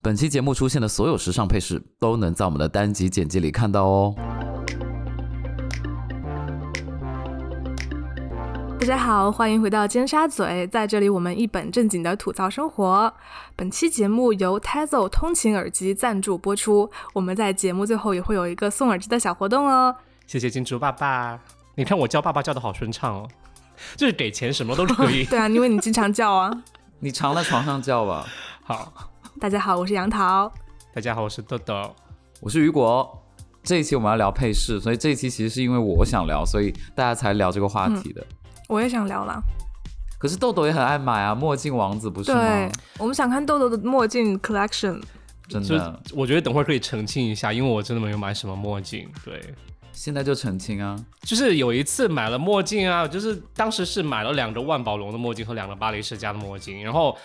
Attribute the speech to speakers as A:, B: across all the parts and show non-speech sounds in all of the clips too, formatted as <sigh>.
A: 本期节目出现的所有时尚配饰都能在我们的单集简介里看到哦。
B: 大家好，欢迎回到尖沙咀，在这里我们一本正经的吐槽生活。本期节目由 Tezo 通勤耳机赞助播出，我们在节目最后也会有一个送耳机的小活动哦。
C: 谢谢金主爸爸，你看我叫爸爸叫的好顺畅哦，就是给钱什么都可
B: <laughs>
C: 以。
B: 对啊，因为你经常叫啊。 <laughs>
A: 你常在床上叫吧。
C: 好，
B: 大家好，我是杨桃。
C: 大家好，我是豆豆。
A: 我是雨果。这一期我们要聊配饰，所以这一期其实是因为我想聊，所以大家才聊这个话题的。
B: 我也想聊了，
A: 可是豆豆也很爱买啊，墨镜王子不是吗
B: 对？，我们想看豆豆的墨镜 collection。
A: 真
C: 就
A: 的，
C: 我觉得等会儿可以澄清一下，因为我真的没有买什么墨镜。对，
A: 现在就澄清啊。
C: 就是有一次买了墨镜啊，就是当时是买了两个万宝龙的墨镜和两个巴黎世家的墨镜，然后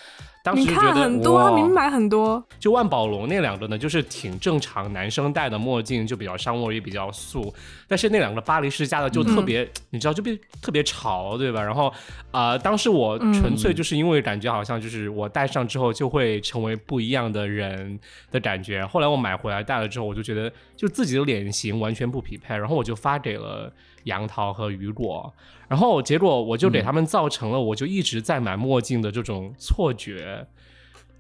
C: 当时
B: 你
C: 就觉
B: 看
C: 得
B: 很多，
C: 哇哦
B: 他明明买很多。
C: 就万宝龙那两个呢，就是挺正常，男生戴的墨镜就比较商务也比较素，但是那两个巴黎世家的就特别，你知道就变特别潮，对吧？然后啊、呃当时我纯粹就是因为感觉好像就是我戴上之后就会成为不一样的人的感觉。后来我买回来戴了之后，我就觉得就自己的脸型完全不匹配，然后我就发给了杨桃和雨果，然后结果我就给他们造成了我就一直在买墨镜的这种错觉。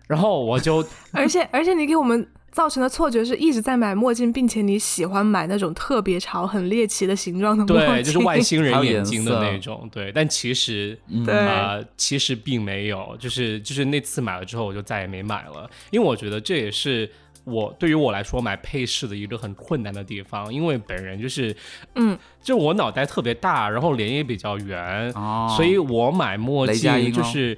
C: 然后我就
B: 而且 <laughs> 而且你给我们造成的错觉是一直在买墨镜，并且你喜欢买那种特别潮、很猎奇的形状的墨镜。
C: 对，就是外星
A: 还
C: 人
A: 有
C: 眼
A: 颜
C: 睛的
A: 色嗯
C: 那种，对。但其实，
B: 对
C: 呃，其实并没有，就是就是那次买了之后，我就再也没买了，因为我觉得这也是。我对于我来说买配饰的一个很困难的地方，因为本人就是，
B: 嗯，
C: 就我脑袋特别大，然后脸也比较圆，
A: 哦，
C: 所以我买墨
A: 雷佳音哦
C: 镜就是，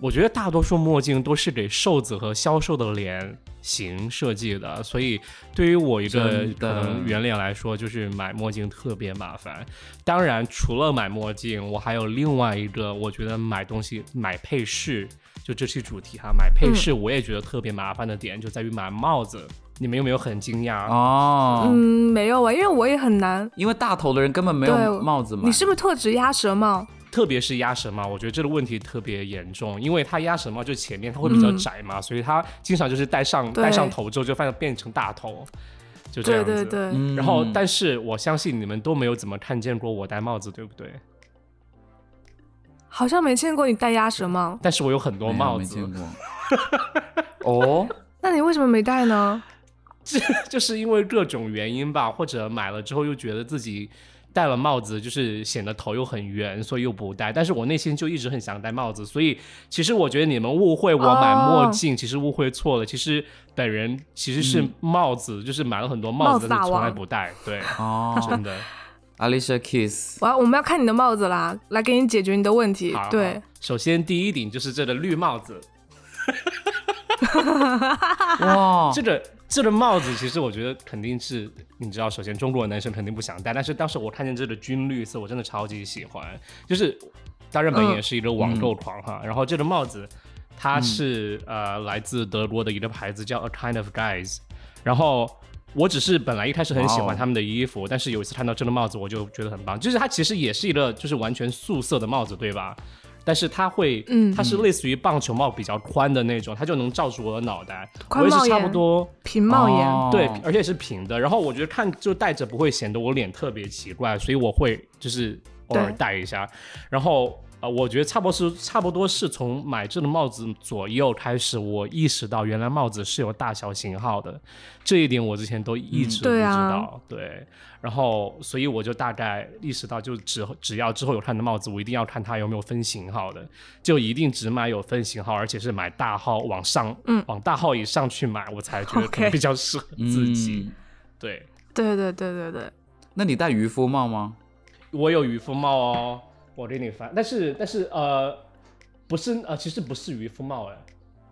C: 我觉得大多数墨镜都是给瘦子和消瘦的脸型设计的，所以对于我一个
A: 真的
C: 可能圆脸来说，就是买墨镜特别麻烦。当然，除了买墨镜，我还有另外一个，我觉得买东西买配饰，就这期主题哈，买配饰我也觉得特别麻烦的点就在于买帽子。你们有没有很惊讶？
A: 哦，
B: 嗯，没有啊，因为我也很难。
A: 因为大头的人根本没
B: 对
A: 有帽子嘛。
B: 你是不是特指鸭舌帽？
C: 特别是鸭舌帽，我觉得这个问题特别严重，因为它鸭舌帽就前面它会比较窄嘛，所以它经常就是戴上
B: 对
C: 戴上头之后就发现变成大头，就这
B: 对
C: 样
B: 对
C: 子。
B: 对，
A: 嗯
C: 然后，但是我相信你们都没有怎么看见过我戴帽子，对不对？
B: 好像没见过你戴鸭舌帽，
C: 但是我有很多
A: 没有
C: 帽
A: 没
C: 子，
A: 见过。
C: <laughs>
A: 哦，
B: 那你为什么没戴呢？
C: 就是因为各种原因吧，或者买了之后又觉得自己戴了帽子，就是显得头又很圆，所以又不戴。但是我内心就一直很想戴帽子，所以其实我觉得你们误会我买
B: 哦
C: 墨镜，其实误会错了。其实本人其实是帽子，就是买了很多帽
B: 帽
C: 子，
B: 子大
C: 但
B: 王
C: 是从来不戴。
B: <laughs>
C: 对，
A: 哦
C: 真的。
A: ，Alicia Keys，
B: 我要我们要看你的帽子啦，来给你解决你的问题
C: 好，。好
B: 对，，
C: 首先第一顶就是这个绿帽子，
A: 哇，
C: 这个这个帽子，其实我觉得肯定是，你知道，首先中国的男生肯定不想戴，但是当时我看见这个军绿色，我真的超级喜欢。就是，当然本
A: 嗯
C: 人也是一个网购狂哈，然后这个帽子，它是、呃来自德国的一个牌子叫 A Kind of Guys，然后。我只是本来一开始很喜
A: 哇
C: 欢
A: 哦
C: 他们的衣服但是有一次看到这个帽子，我就觉得很棒。就是它其实也是一个就是完全素色的帽子，对吧？但是它会，
B: 嗯
C: 它是类似于棒球帽比较宽的那种，它就能罩住我的脑袋。
B: 宽
C: 我也是
B: 帽
C: 差
B: 檐
C: 不多，
B: 平帽檐。
A: 哦
C: 对，而且是平的。然后我觉得看就戴着不会显得我脸特别奇怪，所以我会就是偶尔
B: 对
C: 戴一下。然后呃，我觉得差不多是差不多是从买这个帽子左右开始，我意识到原来帽子是有大小型号的，这一点我之前都一直不
B: 对
C: 知
B: 啊
C: 道。对，然后所以我就大概意识到，就只只要之后有看的帽子，我一定要看它有没有分型号的，就一定只买有分型号，而且是买大号往上，
B: 嗯
C: 往大号以上去买，我才觉得可
B: OK
C: 能比较适合自己。
A: 嗯
C: 对，
B: 对对对对对，
A: 那你戴渔夫帽吗？
C: 我有渔夫帽哦，我给你发，但是但是呃，不是呃，其实不是渔夫帽哎，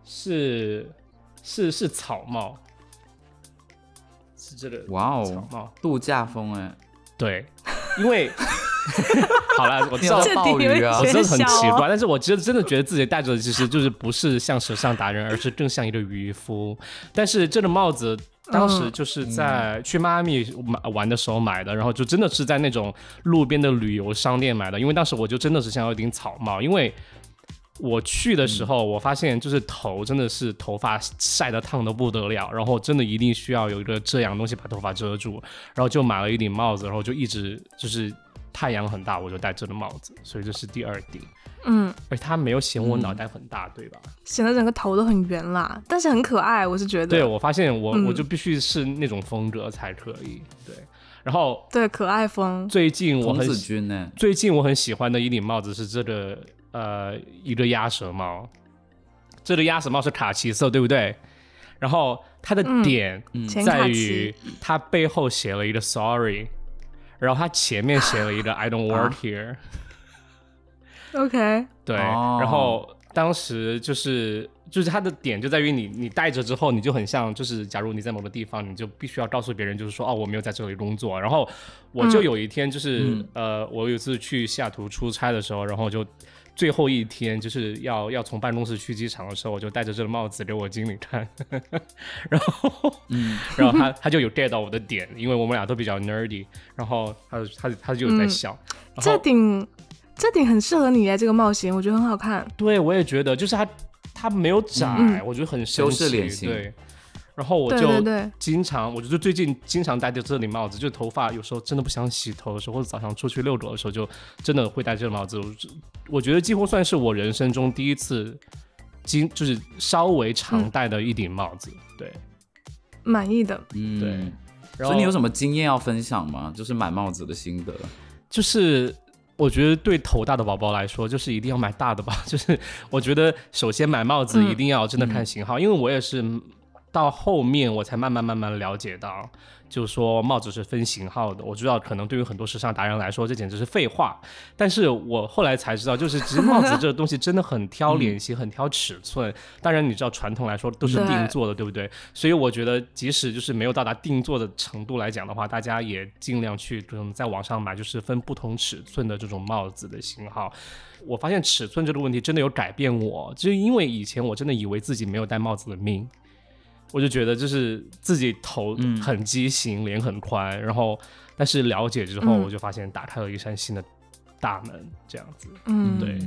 C: 是是是草帽，是这个
A: 哇
C: 草
A: 哦，
C: 帽，
A: 度假风哎，
C: 对，因为 <laughs> 好了，我
A: 你
C: 知
A: 有
C: 道。
A: 在鲍鱼啊
C: 我
B: 这？
C: 真的很
B: 学校
C: 奇
B: 哦
C: 怪，但是我真真的觉得自己戴着其实就是不是像时尚达人，而是更像一个渔夫。但是这个帽子当
B: 嗯
C: 时就是在去迈阿密买玩的时候买的，然后就真的是在那种路边的旅游商店买的，因为当时我就真的是想要一顶草帽，因为。我去的
B: 嗯
C: 时候，我发现就是头真的是头发晒得烫得不得了，然后真的一定需要有一个遮阳的东西把头发遮住，然后就买了一顶帽子，然后就一直就是太阳很大，我就戴这个帽子，所以这是第二顶，
B: 嗯，
C: 而它没有显我脑袋很大，对吧？
B: 显得整个头都很圆啦，但是很可爱，我是觉得。
C: 对，我发现我、
B: 嗯
C: 我就必须是那种风格才可以，对，然后。
B: 对可爱风，
C: 最近我
A: 童
C: 很
A: 子
C: 喜
A: 军哎呢？
C: 最近我很喜欢的一顶帽子是这个呃一个鸭舌帽，这个鸭舌帽是卡其色，对不对？然后它的点
B: 嗯前
C: 在
B: 卡
C: 于
B: 其，
C: 它背后写了一个 sorry，然后它前面写了一个 I don't work
B: 啊
C: here，、
B: ，OK，
C: 对，
A: 哦
C: 然后当时就是就是它的点就在于你你戴着之后，你就很像就是假如你在某个地方，你就必须要告诉别人，就是说哦我没有在这里工作。然后我就有一天就是、呃我有一次去西雅图出差的时候，然后就。最后一天就是要要从办公室去机场的时候，我就戴着这个帽子给我经理看， <laughs> 然后，然后他他就有 get 到我的点，因为我们俩都比较 nerdy，然后他就他就他就有在
B: 嗯
C: 笑，然后
B: 这顶这顶很适合你耶，这个帽型我觉得很好看。
C: 对，我也觉得，就是它它没有窄，我觉得很神
A: 修
C: 奇
A: 饰脸型
C: 对，然后我
B: 嗯对
C: 就
B: 对对
C: 经常，我就最近经常戴着这顶帽子，就头发有时候真的不想洗头的时候，或者早上出去遛狗的时候，就真的会戴这个帽子。我就我觉得几乎算是我人生中第一次经就是稍微
B: 嗯
C: 常戴的一顶帽子。对，
B: 满意的，
A: 嗯，
C: 对。然
A: 所
C: 后
A: 以你有什么经验要分享吗？就是买帽子的心得。
C: 就是我觉得对头大的宝宝来说，就是一定要买大的吧。 <laughs> 就是我觉得首先买帽子
B: 嗯
C: 一定要真的看型号，因为我也是到后面我才慢慢慢慢了解到，就是说帽子是分型号的。我知道可能对于很多时尚达人来说，这简直是废话。但是我后来才知道，就是其实帽子这个东西真的很挑脸型，很挑尺寸。当然，你知道传统来说都是
B: 对
C: 定做的，对不对？所以我觉得，即使就是没有到达定做的程度来讲的话，大家也尽量去可能在网上买，就是分不同尺寸的这种帽子的型号。我发现尺寸这个问题真的有改变我，就是因为以前我真的以为自己没有戴帽子的命，我就觉得就是自己头很畸形，脸很宽，然后但是了解之后，
B: 嗯
C: 我就发现打开了一扇新的大门，这样子。
B: 嗯，
C: 对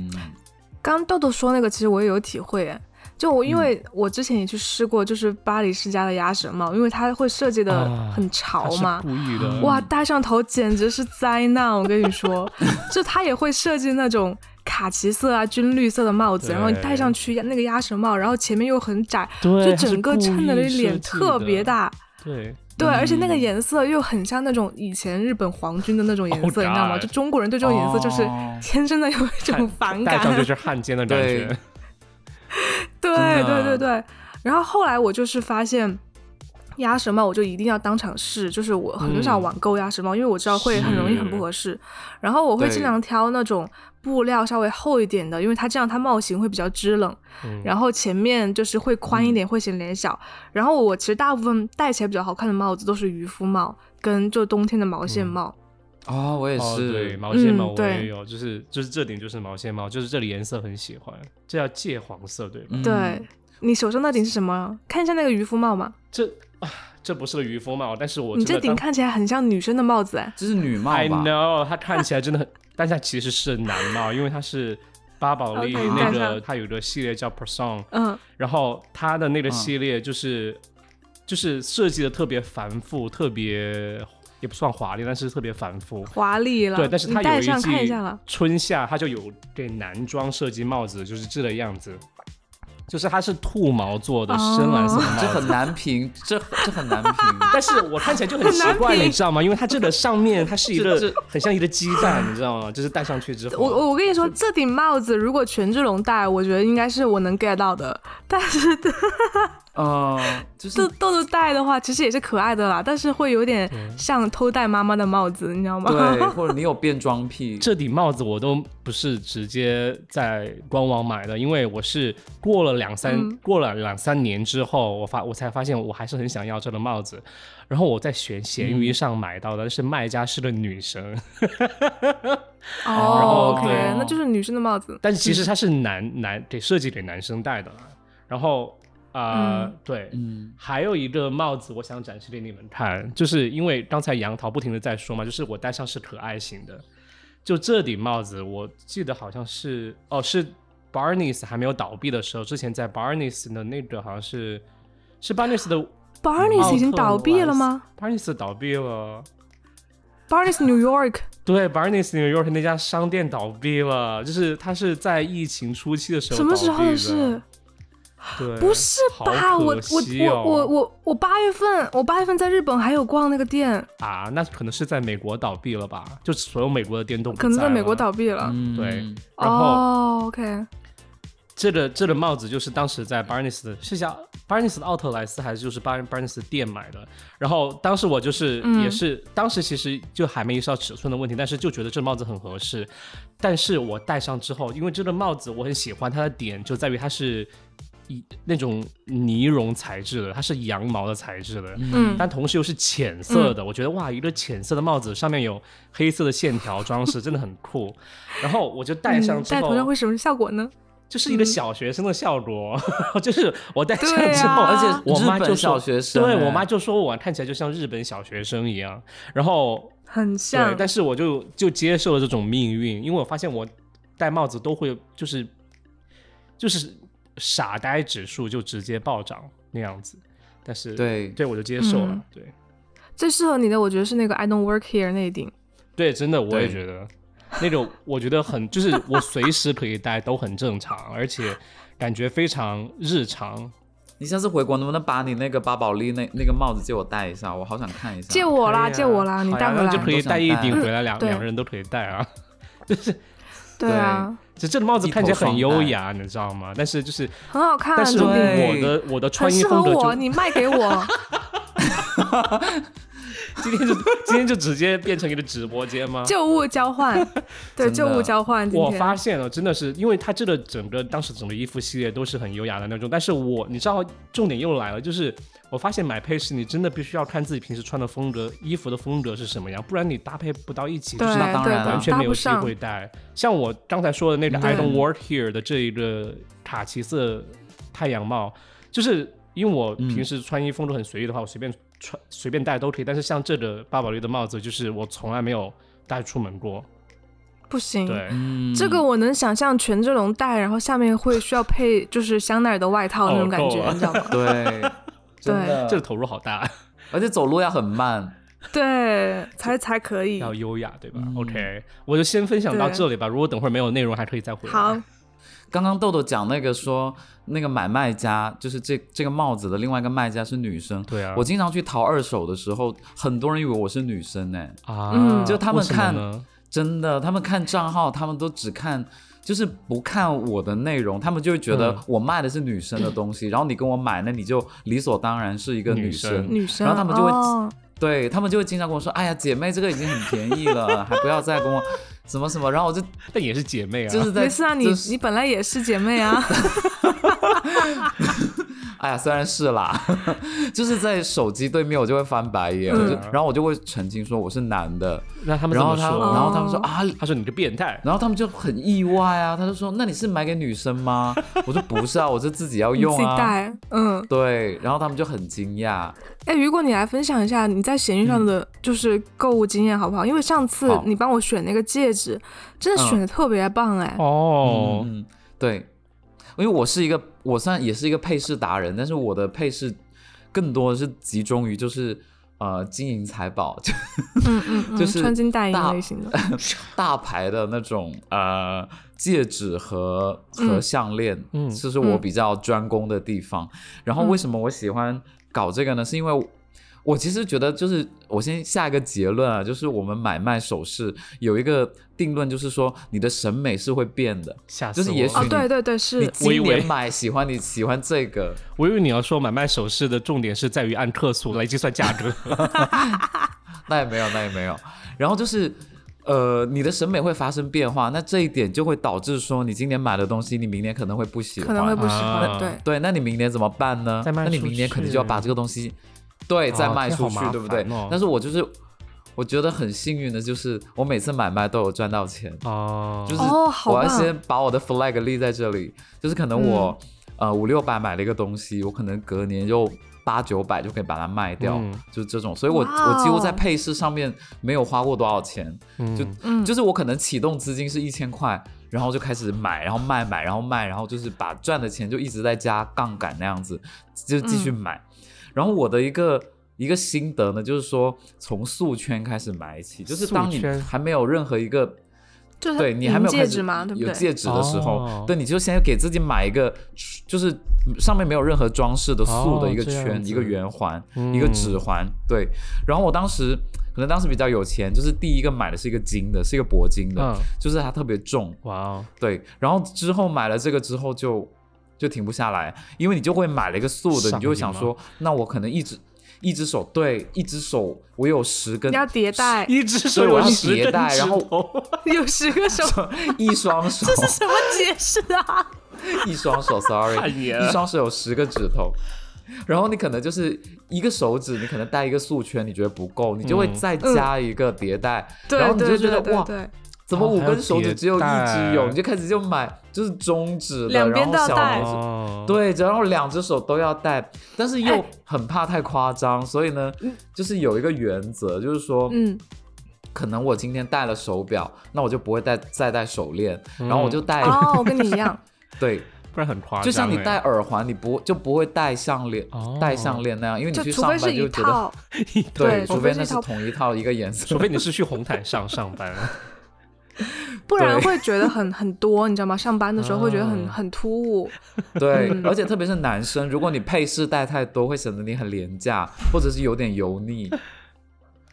B: 刚刚豆豆说那个，其实我也有体会耶。就我，因
C: 嗯
B: 为我之前也去试过，就是巴黎世家的鸭舌帽，因为它会设计的
C: 啊
B: 很潮嘛，
C: 它是故嗯意的，
B: 哇，戴上头简直是灾难！我跟你说， <laughs> 就它也会设计那种卡其色啊、军绿色的帽子，
C: 对
B: 然后你戴上去那个鸭舌帽，然后前面又很窄，
C: 对
B: 就整个衬的脸特别，
C: 它
B: 大。
C: 是故意设计的嗯对。
B: 对，而且那个颜色又很像那种以前日本皇军的那种颜
C: Oh
B: 色，你知道吗？
C: God
B: 就中国人对这种颜色就是
A: 哦
B: 天生的有一种反
C: 戴上
B: 感
C: 就。是汉奸的感觉
A: 对，
B: 对
A: 真
B: 对
A: 的
B: 对对。然后后来我就是发现。鸭舌帽我就一定要当场试，就是我很少
C: 嗯
B: 网购鸭舌帽，因为我知道会很容易
C: 是
B: 很不合适。然后我会
A: 对
B: 尽量挑那种布料稍微厚一点的，因为它这样它帽型会比较支棱，
C: 嗯
B: 然后前面就是会宽一点，会显脸小。然后我其实大部分戴起来比较好看的帽子都是渔夫帽跟就冬天的毛线帽。
A: 哦，我也
C: <laughs> 哦对
A: 是。
C: 毛线帽
B: 嗯
C: 我
B: 对
C: 也有，就是就是这顶就是毛线帽，就是这里颜色很喜欢，这叫芥黄色对吧？
A: 嗯
B: 对，你手上那顶是什么？看一下那个渔夫帽嘛，
C: 这啊这不是个渔夫帽，但是我
B: 你
C: 真
B: 这
C: 的
B: 顶
C: 当
B: 看起来很像女生的帽子哎。
A: 这是女帽
C: I
A: 吧？
C: know，它看起来真的很， <laughs> 但它其实是男帽，因为它是巴宝莉
B: OK，
C: 那
B: 哦戴上
C: 个，它有一个系列叫 Person，
B: 嗯，
C: 然后它的那个
A: 嗯
C: 系列就是、就是设计的特别繁复，特别也不算华丽，但是特别繁复。
B: 华丽了。
C: 对，但是
B: 你
C: 它有
B: 戴
C: 一
B: 上看一
C: 季
B: 下了。
C: 春夏，它就有给男装设计帽子，就是这个样子，就是它是兔毛做的
B: 哦
C: 深蓝色的帽子，
A: 这很难评，这这很难评。
C: <laughs> 但是我看起来就很奇
B: <laughs> 很难
C: 怪，
B: 评
C: 你知道吗？因为它这个上面它是一
B: <laughs>
A: 这
C: 个
A: 这
C: 很像一个鸡蛋，你知道吗？就是戴上去之后，
B: 我我我跟你说，这顶帽子如果权志龙戴，我觉得应该是我能 get 到的。 <laughs> 但是豆
C: 哦
A: 嗯，就是
B: 豆豆戴的话，其实也是可爱的啦，但是会有点
C: 嗯
B: 像偷戴妈妈的帽子，你知道吗？
A: 对，或者你有变装癖，
C: 这顶帽子我都不是直接在官网买的，因为我是过了两三、
B: 嗯
C: 过了两三年之后，我发我才发现我还是很想要这个帽子，然后我在闲闲鱼上买到的，但是卖家是个女生，然后
B: 哦
A: 对
B: ，OK，那就是女生的帽子。
C: 但是其实它是男男给设计给男生戴的啦，然后啊、呃
B: 嗯
C: 对，
A: 嗯，
C: 还有一个帽子，我想展示给你们看，就是因为刚才杨桃不停的在说嘛，就是我戴上是可爱型的，就这顶帽子，我记得好像是哦，是 Barnes 还没有倒闭的时候，之前在 Barnes 的那个好像是是 Barnes 的
B: Barnes 已经倒闭了吗
C: ？Barnes 倒闭了，
B: ？Barnes New York
C: 对，Barnes New York 那家商店倒闭了，就是它是在疫情初期的时候
B: 什么时
C: 倒闭
B: 候
C: 的
B: 是？？
C: 对，
B: 不是
C: 好
B: 吧？
C: 可
B: 我
C: 惜
B: 我
C: 哦
B: 我我我我八月份，我八月份在日本还有逛那个店，
C: 啊，那可能是在美国倒闭了吧？就所有美国的店都不
B: 可能在美国
C: 了
B: 倒闭了。
A: 嗯
C: 对然后
B: 哦，OK，
C: 这个这个帽子就是当时在 Barnes 的是叫 Barnes 的奥特莱斯还是就是 Bar Barnes 的店买的。然后当时我就是、
B: 嗯
C: 也是当时其实就还没意识到尺寸的问题，但是就觉得这帽子很合适。但是我戴上之后，因为这个帽子我很喜欢它的点就在于它是一那种呢绒材质的，它是羊毛的材质的。
B: 嗯，
C: 但同时又是浅色的，我觉得哇，一个浅色的帽子上面有黑色的线条装饰，真的很酷。然后我就戴上
B: 嗯
C: 之
B: 戴
C: 后，
B: 头上会什么效果呢？
C: 就是一个小学生的效果， <laughs> 就是我戴上
B: 嗯对
C: 之后，
B: 啊
A: 而且
C: 我妈
A: 日
C: 就
A: 本
C: 说
A: 小学生，哎
C: 对我妈就说我看起来就像日本小学生一样，然后
B: 很
C: 对
B: 像，，
C: 但是我就就接受了这种命运，因为我发现我戴帽子都会就是就是傻呆指数就直接暴涨那样子，但是
A: 对
C: 对我就接受了，
B: 嗯
C: 对
B: 最适合你的，我觉得是那个 I don't work here 那一顶，
C: 啊对，真的我也
A: 对
C: 觉得那种我觉得很就是我随时可以戴都很正常，而且感觉非常日常。
A: 你下次回国能不能把你那个巴宝莉那那个帽子借我戴一下？我好想看一下。
B: 借我
C: 可
B: 啦，
C: 以啊
B: 借我啦，你
C: 好呀
B: 带回
C: 那就
B: 来。
C: 可以带一顶
A: 嗯
C: 回来，两
B: 对
C: 两个人都可以戴啊。 <laughs>
B: 对啊，
C: 就这个帽子看起来很优
A: 一头
C: 雅，你知道吗？但是就是，
B: 很好看，啊
C: 但是
B: 这
C: 我
B: 顶
A: 对
C: 的我的穿
B: 很
C: 衣
B: 适合
C: 风格
B: 我，
C: 就
B: 你卖给
C: <laughs>
B: 我。
C: 今天就今天就直接变成一个直播间吗？
B: 旧物交
C: <laughs>
B: 换，
A: 真
B: 对，
A: 的
B: 旧物交换。今
C: 我
B: 天
C: 发现了，真的是，因为它这个整个当时整个衣服系列都是很优雅的那种，但是我你知道，重点又来了，就是我发现买配饰你真的必须要看自己平时穿的风格，衣服的风格是什么样，不然你搭配不到一起，就
B: 对
C: 是
A: 那当
B: 对
A: 然
B: 对
A: 啊
C: 完全
B: 搭
C: 没有
B: 不
C: 机
B: 上
C: 会戴。像我刚才说的那个
A: 嗯
C: I don't work here 的这一个卡其色太阳帽，就是因为我
A: 嗯
C: 平时穿衣风格很随意的话，我随便穿随便戴都可以。但是像这个巴宝莉的帽子，就是我从来没有戴出门过。
B: 不行。
C: 对，
A: 嗯，
B: 这个我能想象权志龙戴，然后下面会需要配就是香奈儿的外套那种感
C: 哦够
B: 觉，
C: 了
B: 你知道 <laughs>
C: <laughs>
B: 吗？
A: 对，真的
C: 这个投入好大，
A: 而且走路要很慢。
B: 对，才才可以。
C: <laughs> 要优雅，对吧、
A: 嗯
C: o k 我就先分享到这里吧。如果等会儿没有内容，还可以再回来。
B: 好，
A: 刚刚豆豆讲那个说，那个买卖家就是这这个帽子的另外一个卖家是女生。
C: 对啊，
A: 我经常去淘二手的时候，很多人以为我是女生呢、
C: 啊，
B: 嗯
A: 就他们
C: 为什么
A: 看
C: 呢
A: 真的，他们看账号，他们都只看，就是不看我的内容，他们就会觉得
C: 嗯
A: 我卖的是女生的东西，然后你跟我买，那你就理所当然是一个
C: 女
A: 女
C: 生
A: 生。
B: 女生，
A: 然后他们就会
B: 哦
A: 对他们就会经常跟我说：“哎呀，姐妹，这个已经很便宜了，还不要再跟我什么什么。”然后我就
C: 但也是姐妹啊，
A: 就是在
B: 没事啊，你
A: 就是
B: 你本来也是姐妹啊，
A: 哎呀，虽然是啦， <laughs> 就是在手机对面我就会翻白眼，我就
C: 嗯
A: 然后我就会澄清说我是男的，
C: 那他们
A: 然
C: 怎
A: 后
C: 么
A: 他
C: 说？
A: 然后他们说
B: 哦
A: 啊。
C: 他说你个变态，
A: 然后他们就很意外啊，他就说：“那你是买给女生吗？”我说：“不是啊，我是自己要
B: 你自
A: 用
B: 己
A: 啊。
B: 戴。嗯”，
A: 对，然后他们就很惊讶。
B: 哎，如果你来分享一下你在闲鱼上的就是购物经验好不好？因为上次
A: 嗯好嗯
B: 你帮我选那个戒指，真的选的特别棒哎。
C: 哦，
A: 嗯，嗯对，因为我是一个，我算也是一个配饰达人，但是我的配饰更多的是集中于就是呃金银财宝，就
B: 嗯嗯嗯，
A: 就是
B: 穿金戴银
A: 大
B: 类型的。
A: <laughs> 大牌的那种呃戒指和和
B: 嗯
A: 项链，
C: 嗯
A: 这是我比较专攻的地方。然后为什么我喜欢搞这个呢？是因为我我其实觉得，就是我先下一个结论啊，就是我们买卖首饰有一个定论，就是说你的审美是会变的。
C: 吓死
A: 就
C: 我！
A: 是也许
B: 哦，
A: 你
B: 对对对，
A: 你
B: 是
A: 今
C: 我以为
A: 年买喜欢你喜欢这个，
C: 我以为你要说买卖首饰的重点是在于按克数来计算价格。
A: 那也没有，那也没有。然后就是，呃，你的审美会发生变化，那这一点就会导致说，你今年买的东西，你明年可能会不喜欢。
B: 可能会不喜
C: 啊
B: 欢。对，
A: 对，那你明年怎么办呢？
C: 再卖
A: 那你
C: 出
A: 明年肯定
C: 去
A: 就要把这个东西，对，
C: 哦
A: 再卖
C: 这
A: 出
C: 好
A: 去，
C: 麻
A: 对不对
C: 烦哦？
A: 但是我就是，我觉得很幸运的就是，我每次买卖都有赚到钱。
C: <laughs> 哦，
A: 就是
B: 哦好
A: 我要
B: 棒
A: 先把我的 flag 立在这里，就是可能我、
C: 嗯
A: 呃五六百买了一个东西，我可能隔年就八九百就可以把它卖掉，
C: 嗯
A: 就是这种，所以我、
B: 哇哦
A: 我几乎在配饰上面没有花过多少钱，就
C: 嗯
B: 嗯，
A: 就是我可能启动资金是一千块，然后就开始买，然后卖，买，然后卖，然后就是把赚的钱就一直在加杠杆那样子，就继续买。然后我的一个一个心得呢，就是说从素圈开始买起，就是当
C: 素
A: 你
C: 圈
A: 还没有任何一个
B: 就是
A: <laughs> 对你还没有
B: 戒
A: 开
B: 指
A: 始
B: 嘛，对不
A: 有
B: 对？
A: 戒指的时候，
C: 哦
A: 对，你就先给自己买一个，就是上面没有任何装饰的素
C: 哦
A: 的一个
C: 这样
A: 圈，一个
C: 子
A: 圆环，
C: 嗯
A: 一个指环，对。然后我当时可能当时比较有钱，就是第一个买的是一个金的，是一个铂金的，
C: 嗯
A: 就是它特别重，
C: 哇哦，
A: 对。然后之后买了这个之后就就停不下来，因为你就会买了一个素的，
C: 上
A: 你就会
C: 瘾
A: 想
C: 吗
A: 说，那我可能一只一只手对，一只手我有十根
B: 你，要迭代，
C: 一只手
A: 对我
C: 有
A: 要
C: 十
A: 迭
C: 根
A: 代然
C: 指
A: 后
C: 头
B: 有十个手，
A: <laughs> 一双手，
B: <laughs> 这是什么解释啊？
A: 一双手
C: 汗
A: ，sorry，
C: 颜
A: 一双手有十个指头。然后你可能就是一个手指，你可能戴一个束圈，你觉得不够，你就会
C: 嗯
A: 再加一个迭代，
B: 对
A: 然后你就
B: 对
A: 觉
B: 对
A: 得
B: 对
A: 哇，
B: 对，
A: 怎么
C: 哦
A: 五
C: 还有
A: 根手指只有一
C: 迭代
A: 只有，你就开始就买就是中指的，
B: 两
A: 然
B: 边
A: 后
B: 都要
A: 小
B: 戴
A: 拇指
C: 哦，
A: 对，然后两只手都要戴，但是又
B: 哎
A: 很怕太夸张，所以呢，就是有一个原则，就是说，
B: 嗯，
A: 可能我今天戴了手表，那我就不会戴再戴手链，然
C: 嗯
A: 后我就戴
B: 哦，我跟你一样，
A: 对
C: 不然很夸张欸。
A: 就像你戴耳环，你不就不会戴项链、
C: 哦
A: 戴项链那样，因 <laughs> 为你
B: 就
A: 去
B: 除
A: 上
B: 非
A: 班
B: 是
A: 就
B: 一
A: 觉得
B: 套，对
A: 对，
B: 除
A: 除
B: 非
A: 非
B: 是
A: 那
B: 一
A: 是
B: 套
A: 同一套一个颜色
C: 除。非你是去红毯上上班，
B: 不然
A: 对嗯
B: 会觉得很很多，你知道吗？上班的时候会觉得很
C: 哦
B: 很突兀。
A: <laughs> 对，
B: 嗯
A: 而且特别是男生，如果你配饰戴太多，会显得你很廉
B: <laughs>
A: 价，或者是有点油腻。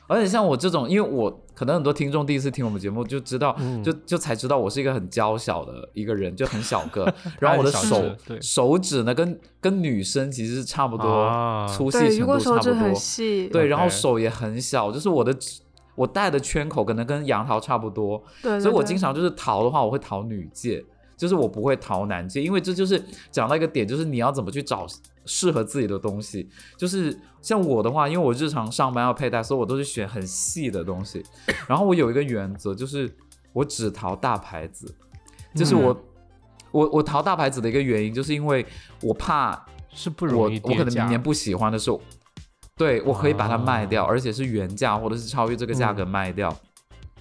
A: 而且像我这种，因为我可能很多听众第一次听我们节目就知道，
B: 嗯
A: 就就才知道我是一个很娇小的一个人，就很小
B: <laughs>
A: 个。 <laughs> 然后我的
C: 小
A: 手
C: 指对
A: 手指呢，跟跟女生其实是差不多，
C: 啊
A: 粗细
B: 对，
A: 程
B: 如
A: 度
B: 果
A: 差
B: 手
A: 不
B: 指
A: 多。
B: 很细，
A: 对，然后
C: OK
A: 手也很小，就是我的指我戴的圈口可能跟杨桃差不多，
B: 对，
A: 所以我
B: 对
A: 经常就是淘的话，我会淘女戒，就是我不会淘男戒，因为这就是讲到一个点，就是你要怎么去找适合自己的东西。就是像我的话，因为我日常上班要佩戴，所以我都是选很细的东西。然后我有一个原则，就是我只淘大牌子，
B: 嗯
A: 就是我、我我淘大牌子的一个原因，就是因为我怕
C: 是不
A: 我
C: 容易
A: 我可能
C: 叠加哦
A: 明年不喜欢的时候，对我可以把它卖掉，而且是原价或者是超越这个价格卖掉，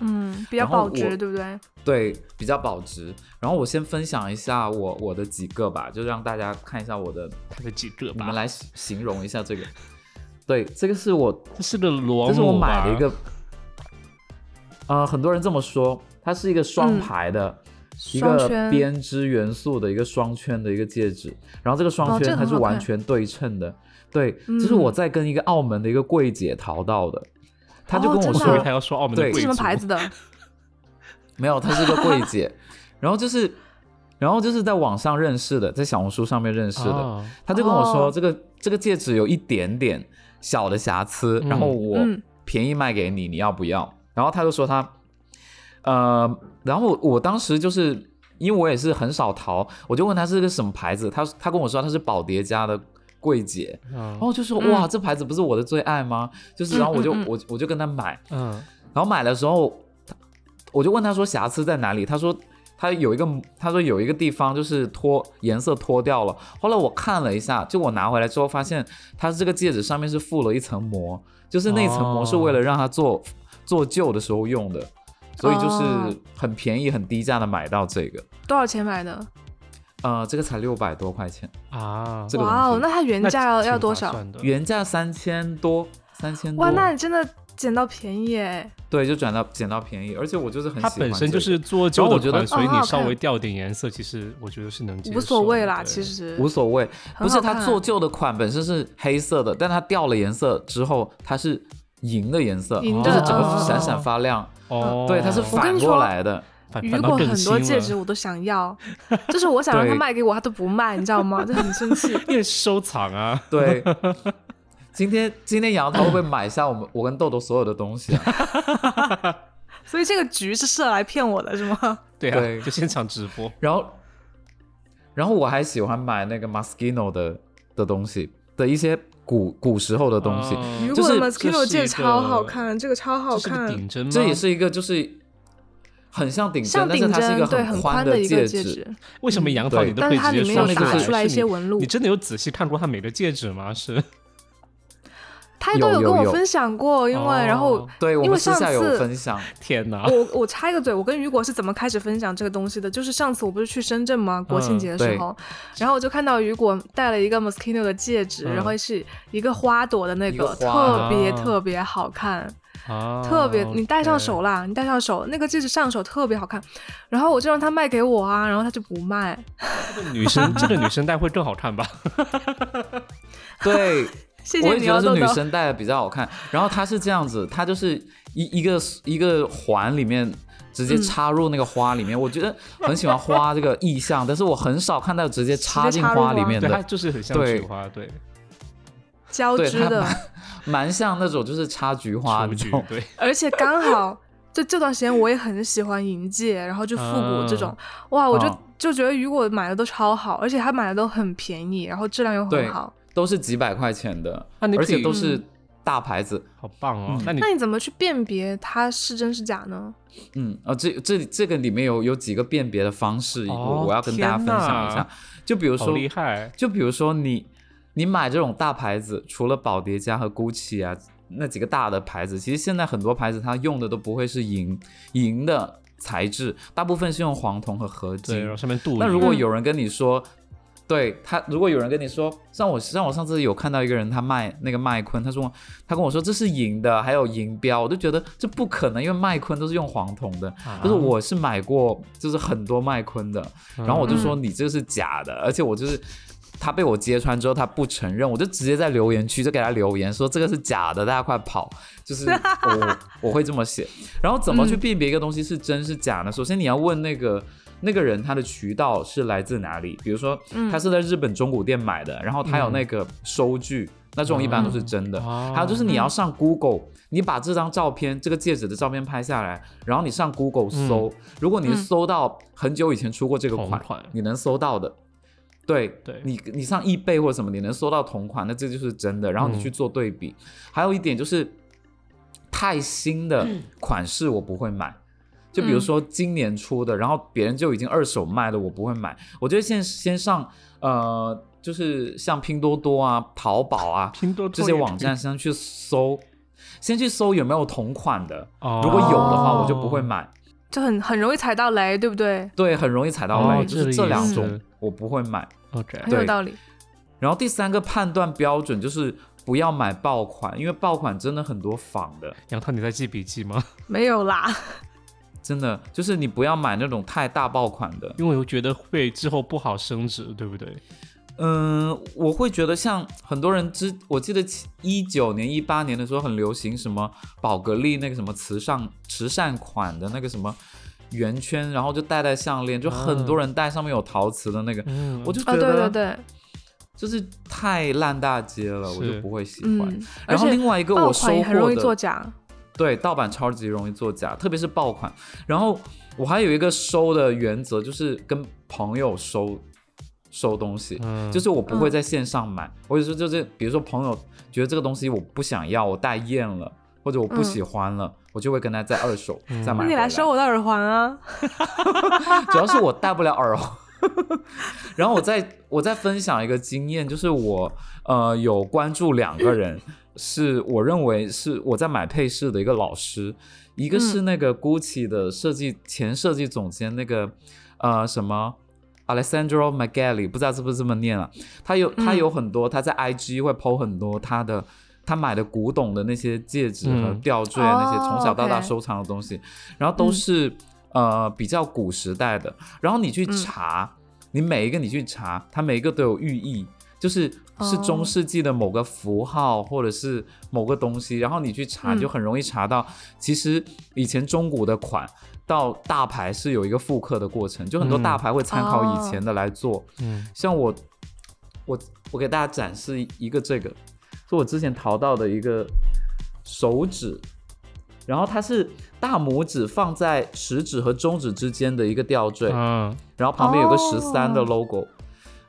B: 嗯比较
A: 然后
B: 保值，
A: 我
B: 对不对？
A: 对，比较保值。然后我先分享一下我我的几个吧，就让大家看一下我的，
C: 他的几个
A: 你
C: 吧
A: 们。来形形容一下这个。对，这个是我，
C: 这是个螺
A: 这
C: 母
A: 是我
C: 吧
A: 买的一个，呃，很多人这么说，它是一个双
B: 嗯
A: 排的。一
B: 双
A: 个
B: 圈
A: 编织元素的一个双圈的一个戒指，然后这个
B: 哦
A: 双
B: 这
A: 圈
B: 个
A: 它
B: 很
A: 是
B: 好
A: 完
B: 看
A: 全对称的，对，
B: 嗯
A: 这是我在跟一个澳门的一个柜姐淘到的，她就
B: 哦
A: 跟我
B: 真的
A: 说，
C: 我以为 <laughs> 他要说澳门的
A: 对
C: 贵
B: 是
C: 族
B: 什么牌子的？
A: 没有，她是个柜姐，然后就是，然后就是在网上认识的，在小红书上面认识的，
C: 哦
A: 她就跟我说、
B: 哦
A: 这个这个戒指有一点点小的瑕疵，
C: 嗯
A: 然后我
B: 嗯
A: 便宜卖给你，你要不要？然后她就说她，呃，然后我当时就是因为我也是很少淘，我就问她是个什么牌子，她她跟我说她是宝蝶家的柜姐，
C: 嗯
A: 然后我就说、
B: 嗯
A: 哇，这牌子不是我的最爱吗？就是然后我就、
B: 嗯嗯嗯
A: 我我就跟她买。
C: 嗯，
A: 然后买的时候，他我就问他说瑕疵在哪里，他说他有一个，他说有一个地方就是脱颜色脱掉了。后来我看了一下，就我拿回来之后发现，它这个戒指上面是附了一层膜，就是那层膜是为
B: 哦
A: 了让它做、做旧的时候用的，所以就是很便宜、很低价的买到这个。
B: 多少钱买的？
A: 呃，这个才六百多块钱，
C: 啊，
A: 这个
B: 哇哦，
A: 东西
B: 那它原
C: 那
B: 价要
C: 挺
B: 要多
C: 划
B: 少？
C: 算的
A: 原价三千多，三千多。
B: 哇，那你真的捡到便宜哎！
A: 对，就转到捡到便宜，而且我就是很喜
C: 它
A: 欢、
C: 本身就是做旧
A: 然后
C: 的
A: 我觉得啊
C: 款，所以
B: 哦
C: 你
B: 好
C: 稍
B: 看
C: 微调点颜色，其实我觉得是能接受的。
B: 无所谓啦，
C: 对
B: 其实
A: 无所谓，
B: 很
A: 不是
B: 好
A: 它
B: 看
A: 做旧的款本身是黑色的，但它掉了颜色之后，它是银的颜色，
B: 银
A: 就
C: 的
A: 是整个
C: 哦
A: 闪闪发亮。
C: 哦，
A: 对，它是
B: 我跟
A: 反
B: 你
A: 过
B: 说
A: 来的。
C: 反
B: 雨
C: 反
B: 果
C: 倒更
B: 很多
C: 新
B: 戒
C: 了
B: 指我都
A: <laughs>
B: 想要，就是我想让他
A: 对
B: 卖给我，他都不卖，你知道吗？就很生气。
C: 因为收藏啊，
A: 对，今天今天杨桃会不会买下我们我跟豆豆所有的东西
B: <laughs>
A: 啊？
B: 所以这个局是设来骗我的，是吗？
C: 对
A: 对
C: 啊，就现场直播，
A: 然后，然后我还喜欢买那个 Moschino 的的东西的一些古古时候的 <laughs> 东西，
B: 雨
A: 就
B: 果的
A: 嗯是
B: Moschino
C: 哦这是一
B: 戒超好
C: 个
B: 看，这个超好
C: 这是个
B: 看，
C: 顶针吗？
A: 这也是一个就是很像顶针，
B: 像
A: 但是
B: 顶
A: 它是一
B: 针，
A: 个
B: 对，很
A: 宽
B: 的一
A: 戒
B: 个
A: 指。
B: 指，
C: 为什么杨
A: 嗯
C: 桃
A: 对
C: 你都
B: 但
C: 可以
B: 是它
C: 直接
B: 里面
C: 说
A: 有
C: 出
A: 打
C: 来？
A: 出
B: 来一
C: 是
B: 些
C: 你
B: 纹路
C: 你真的有仔细看过它每个戒指吗？是
B: 它该都
A: 有
B: 跟
A: 有
B: 我
A: 有
B: 分享过，因为然后
C: 哦
A: 对我
B: 因为
A: 们私
B: 上
A: 下有
B: 次
A: 分享，
C: 天
A: 啊
C: 哪！
B: 我我插一个嘴，我跟雨果是怎么开始分享这个东西的？就是上次我不是去深圳吗？
A: 嗯
B: 国庆节的时候，然后我就看到雨果戴了一个 Moschino 的戒指，
C: 嗯
B: 然后是一个花朵的那
A: 一个花哦
B: 特别
C: 啊
B: 特别好看，
C: 啊
B: 特别你戴上手
C: 了，
B: 啦，你戴上手，那个戒指上手特别好看。然后我就让他卖给我啊，然后他就不卖。
C: 这个女
B: <laughs>
C: 生这个女生戴会更好看吧？
A: 对，
B: 谢
A: 我
B: 谢
A: 也
B: 你
A: 觉
B: 哦，
A: 得是
B: 豆
A: 女
B: 豆。
A: 生戴的比较好看。然后它是这样子，它就是一一个一个环里面直接插入那个花里面，我觉得很喜欢花这个意象，但是我很少看到直接插进花里面
C: 对，它
A: 的，
C: 就是很像
A: 对
C: 菊花，对，
B: 交
A: 对
B: 织
A: 它
B: 的，
A: 蛮蛮像那种就是插菊花，
C: 雏
A: 你知
C: 菊
A: 道吗，
C: 对，
B: 而且刚好就这段时间我也很喜欢银戒，然后就复古这种，
C: 啊
B: 哇，我就、
A: 啊
B: 就觉得雨果买的都超好，而且他买的都很便宜，然后质量又
A: 对
B: 很好。
A: 都是几百块钱的，
C: 啊你
A: 而且
C: 比
A: 都是大牌子。
C: 好棒哦！那你
B: 那你怎么去辨别它是真是假呢？
A: 嗯，啊，这这这个里面有有几个辨别的方式，
C: 哦
A: 我我要跟大家分享一
C: 天哪
A: 下。就比如
C: 好
A: 说，
C: 厉害，
A: 就比如说你你买这种大牌子，除了宝蝶家和 GUCCI 啊那几个大的牌子，其实现在很多牌子它用的都不会是银银的材质，大部分是用黄铜和合
C: 对，
A: 金
C: 然后。上面镀一个，
A: 那如果有人跟你说，对他，如果有人跟你说，像我像我上次有看到一个人，他卖那个麦昆，他说他跟我说这是银的，还有银标，我就觉得这不可能，因为麦昆都是用黄铜的，
C: 啊
A: 就是我是买过，就是很多麦昆的，然后我就说你这是假的，而且我就是。他被我揭穿之后，他不承认，我就直接在留言区就给他留言说这个是假的，大家快跑！就是我我会这么写。然后怎么去辨别一个东西是真是假呢？首先你要问那个那个人他的渠道是来自哪里，比如说
B: 嗯
A: 他是在日本中古店买的，然后他有那个收据，那这种一般都是真的。
C: 哦
A: 还有就是你要上 Google，、你把这张照片这个戒指的照片拍下来，然后你上 Google 搜，如果你是搜到很久以前出过这个
C: 嗯同
A: 款，
C: 款
A: 你能搜到的。对，
C: 对
A: 你你上易贝或者什么，你能搜到同款，那这就是真的。然后你
C: 嗯
A: 去做对比，还有一点就是，太新的
C: 嗯
A: 款式我不会买。就比如说今年出的，然后别人就已经二手卖了，我不会买。我觉得先先上呃，就是像拼多多啊、淘宝啊
C: 拼多多
A: 这些网站先去搜，先去搜有没有同款的。
C: 哦，
A: 如果有的话，我就不会买。
B: 就很很容易踩到雷，对不对？
A: 对，很容易踩到雷，
C: 哦
A: 就
C: 这
A: 是
C: 里
A: 这两
C: 是
A: 种我不会买。
C: OK，
B: 很有
A: 对
B: 道理。
A: 然后第三个判断标准就是不要买爆款，因为爆款真的很多仿的，
C: 杨涛你在记笔记吗？ <laughs>
B: 没有啦，
A: 真的就是你不要买那种太大爆款的。
C: 因为我觉得会之后不好升值，对不对？
A: 嗯，我会觉得像很多人之，我记得一九年、一八年的时候很流行什么宝格丽那个什么慈善慈善款的那个什么圆圈，然后就戴戴项链，就很多人戴上面有陶瓷的那个，
C: 嗯
A: 我就觉
B: 啊，对对
A: 得
B: 对，
A: 就是太烂大街了，我
C: 是
A: 就不会喜欢。
B: 嗯，而
A: 然后
B: 且
A: 另外一个
B: 爆
A: 我
B: 款
A: 收
B: 也很容
A: 获
B: 易作
A: 的，
B: 假。
A: 对，盗版超级容易作假，特别是爆款。然后我还有一个收的原则，就是跟朋友收收东西，
C: 嗯
A: 就是我不会
B: 嗯
A: 在线上买，或者说就是比如说朋友觉得这个东西我不想要，我戴厌了，或者我不
B: 嗯
A: 喜欢了，我就会跟他再二手、
C: 嗯
A: 再买
B: 那
A: 回
B: 你来收我的耳环啊！
A: 主要是我戴不了耳环。 <laughs> 然后我再我再分享一个经验，就是我呃有关注两个人，是我认为是我在买配饰的一个老师，一个是那个 GUCCI 的设计前设计总监那个呃什么。Alessandro Magali 不知道是不是这么念啊？他有他有很多，他在 IG 会 PO 很多他的他买的古董的那些戒指和
C: 嗯
A: 吊坠啊，那些
B: 哦
A: 从小到大
B: OK 嗯
A: 收藏的东西。然后都是、呃比较古时代的。然后你去
B: 嗯
A: 查，你每一个你去查，它每一个都有寓意，就是是中
B: 哦
A: 世纪的某个符号或者是某个东西，然后你去查
B: 嗯
A: 就很容易查到，其实以前中古的款。到大牌是有一个复刻的过程，就很多
C: 嗯
A: 大牌会参考以
B: 哦
A: 前的来做。
C: 嗯
A: 像我，我我给大家展示一个这个，是我之前淘到的一个手指，然后它是大拇指放在食指和中指之间的一个吊坠，
C: 嗯，
A: 然后旁边有个十
B: 哦
A: 三的 logo，、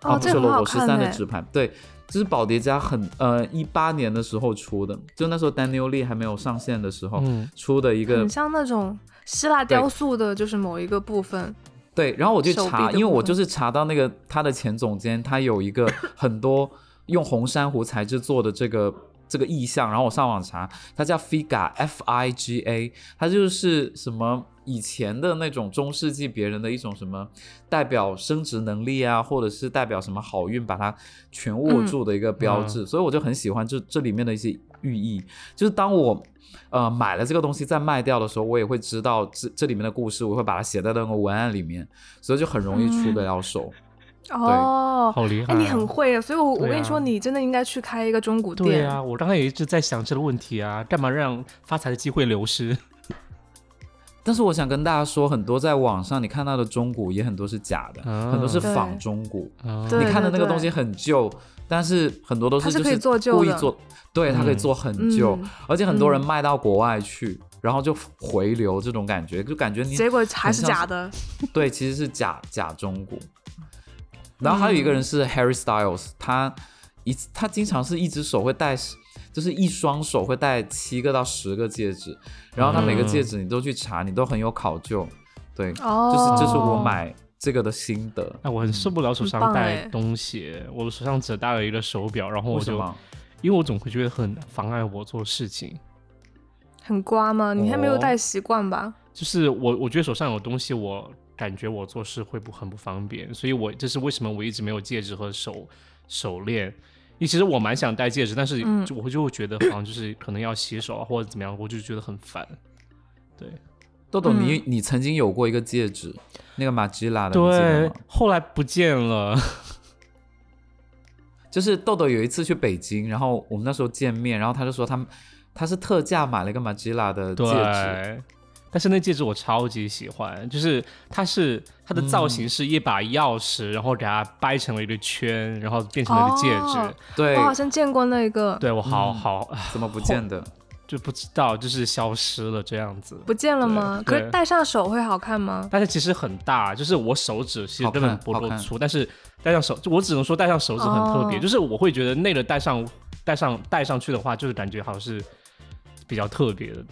A: 啊
B: 哦，
A: 不
B: 这
A: 是
B: 个很好
A: logo 十
B: 看
A: 三的
B: 哎
A: 指盘，对。这是宝蝶家很呃一八年的时候出的，就那时候丹尼欧利还没有上线的时候、
C: 嗯
A: 出的一个
B: 很像那种希腊
A: 对
B: 雕塑的，就是某一个部分。
A: 对，然后我去
B: 手臂
A: 查，
B: 的
A: 因为
B: 部
A: 我
B: 分
A: 就是查到那个
B: <laughs>
A: 他的前总监，他有一个很多用红珊瑚材质做的这个这个意象，然后我上网查，它叫 Figa，F I G A，它就是什么以前的那种中世纪别人的一种什么代表升职能力啊，或者是代表什么好运，把它全握
B: 嗯
A: 住的一个标志，所以我就很喜欢这这里面的一些寓意。就是当我呃买了这个东西再卖掉的时候，我也会知道这这里面的故事，我会把它写在那个文案里面，所以就很容易出得了手。
B: 哦，
C: 好厉害
B: 哎，
C: 啊
B: 你很会啊，所以我我
C: 对
B: 跟你说，
C: 啊
B: 你真的应该去开一个中古
C: 对
B: 店。
C: 啊，我刚才也一直在想这个问题啊，干嘛让发财的机会流失？
A: 但是我想跟大家说，很多在网上你看到的中古也很多是假的，
C: 啊
A: 很多是
B: 对
A: 仿中古。
C: 啊
B: 对
A: 你看的那个东西很旧，但是很多都
B: 它
A: 是
B: 是
A: 就
B: 可以做旧的
A: 故意做，对，它可以做很久，
B: 嗯
A: 而且很多人
B: 嗯
A: 卖到国外去，然后就回流这种感觉，就感觉你
B: 结果还是
A: 很像
B: 假的，
A: 对，其实是假假中古。
C: 嗯
A: 然后还有一个人是 Harry Styles，他一次他经常是一只手会戴，就是一双手会戴七个到十个戒指，然后他
C: 嗯
A: 每个戒指你都去查，你都很有考究。对，
B: 哦
A: 就是这是我买这个的心得。
C: 哎，我很受不了手
B: 很
C: 上
B: 棒
C: 戴
B: 哎
C: 东西，我手上只戴了一个手表，然后
A: 为
C: 我
A: 什
C: 就
A: 么？
C: 因为我总会觉得很妨碍我做事情。
B: 很瓜吗？你还没有
A: 哦
B: 戴习惯吧？
C: 就是我，我觉得手上有东西，我感觉我做事会不很不方便，所以我这是为什么我一直没有戒指和手手链。因为其实我蛮想戴戒指，但是
B: 嗯
C: 就我就会觉得好像就是可能要洗手啊或者怎么样，我就觉得很烦。对
A: 豆豆，
B: 嗯
A: 你你曾经有过一个戒指，那个马吉拉的，你记得
C: 对
A: 吗，
C: 后来不见了。
A: 就是豆豆有一次去北京，然后我们那时候见面，然后他就说他他是特价买了一个马吉拉的戒指，
C: 对，但是那戒指我超级喜欢，就是它是它的造
A: 嗯
C: 型是一把钥匙，然后给它掰成了一个圈，然后变成了一个戒指。
B: 哦
A: 对
B: 我，好像见过那个
C: 对我好
A: 嗯
C: 好、啊
A: 怎么不见的？
C: 就不知道，就是消失了这样子。
B: 不见了吗？
C: 对
B: 可
C: 对
B: 是戴上手会好看吗？
C: 但是其实很大，就是我手指其实
A: 好
C: 根
A: 看
C: 本不
A: 好
C: 露
A: 看
C: 出，但是戴上手，就我只能说戴上手指很特别，
B: 哦
C: 就是我会觉得那个戴上戴上戴上去的话，就是感觉好像是比较特别的，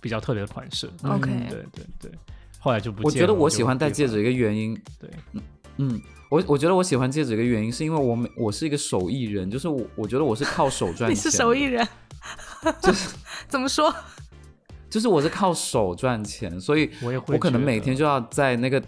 C: 比较特别的款式。
A: 嗯
B: OK
C: 对对对，后来就不
A: 我
C: 见
A: 觉得
C: 了
A: 我
C: 就
A: 喜欢戴
C: 对
A: 戒
C: 吧
A: 指一个原因，
C: 对，
A: 嗯，我我觉得我喜欢戒指一个原因是因为我每我是一个手艺人，就是我我觉得我是靠手赚钱，
B: 你是手艺，人， <laughs> 怎么说？
A: 就是我是靠手赚钱，所以
C: 我也会
A: 我可能
C: 觉
A: 每
C: 得
A: 天就要在那个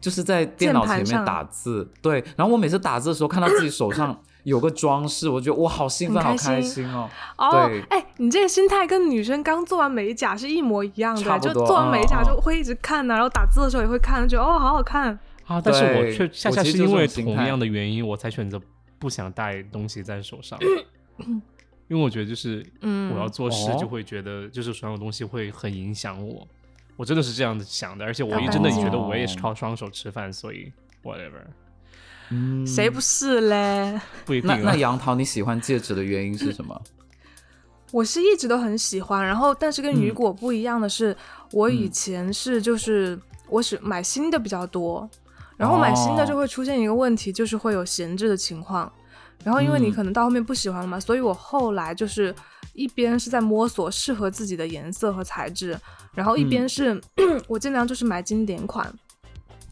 A: 就是在电脑前
B: 键盘
A: 面
B: 上
A: 打字，对，然后我每次打字的时候看到自己手上
B: <laughs>
A: 有个装饰，我觉得我好兴奋，
B: 很
A: 好
B: 开心
A: 开心哦。
B: 哦
A: 对，
B: 哎，你这个心态跟女生刚做完美甲是一模一样
A: 差
B: 的，
A: 不
B: 就
A: 多
B: 做完美甲
A: 嗯嗯
B: 就会一直看啊呐、然后打字的时候也会看，就觉得哦，好好看。
C: 啊，但是我
A: 对
C: 却恰
A: 我
C: 恰
A: 其
C: 是
A: 实就
C: 因
A: 是
C: 为
A: 这种心
C: 同
A: 态
C: 样的原因，我才选择不想戴东西在
A: <coughs>
C: 手上，因为我觉得就是，
B: 嗯
C: 我要做事
A: 哦
C: 就会觉得就是手上的东西会很影响我，我真的是这样子想的，而且我
B: 要
C: 一
B: 干
C: 真的
B: 净
C: 觉得我也是靠双手吃饭，所以 whatever
A: 嗯，
B: 谁不是嘞？
C: 不一定
A: 那那
C: 啊。
A: 杨桃，你喜欢戒指的原因是什么？
B: 我是一直都很喜欢，然后但是跟雨
A: 嗯
B: 果不一样的是，我以前是就是我是买新的比较多，然后买新的
A: 哦
B: 就会出现一个问题，就是会有闲置的情况。然后因为你
A: 嗯
B: 可能到后面不喜欢了嘛，所以我后来就是一边是在摸索适合自己的颜色和材质，然后一
A: 嗯
B: 边是、 <coughs> 我尽量就是买经典款。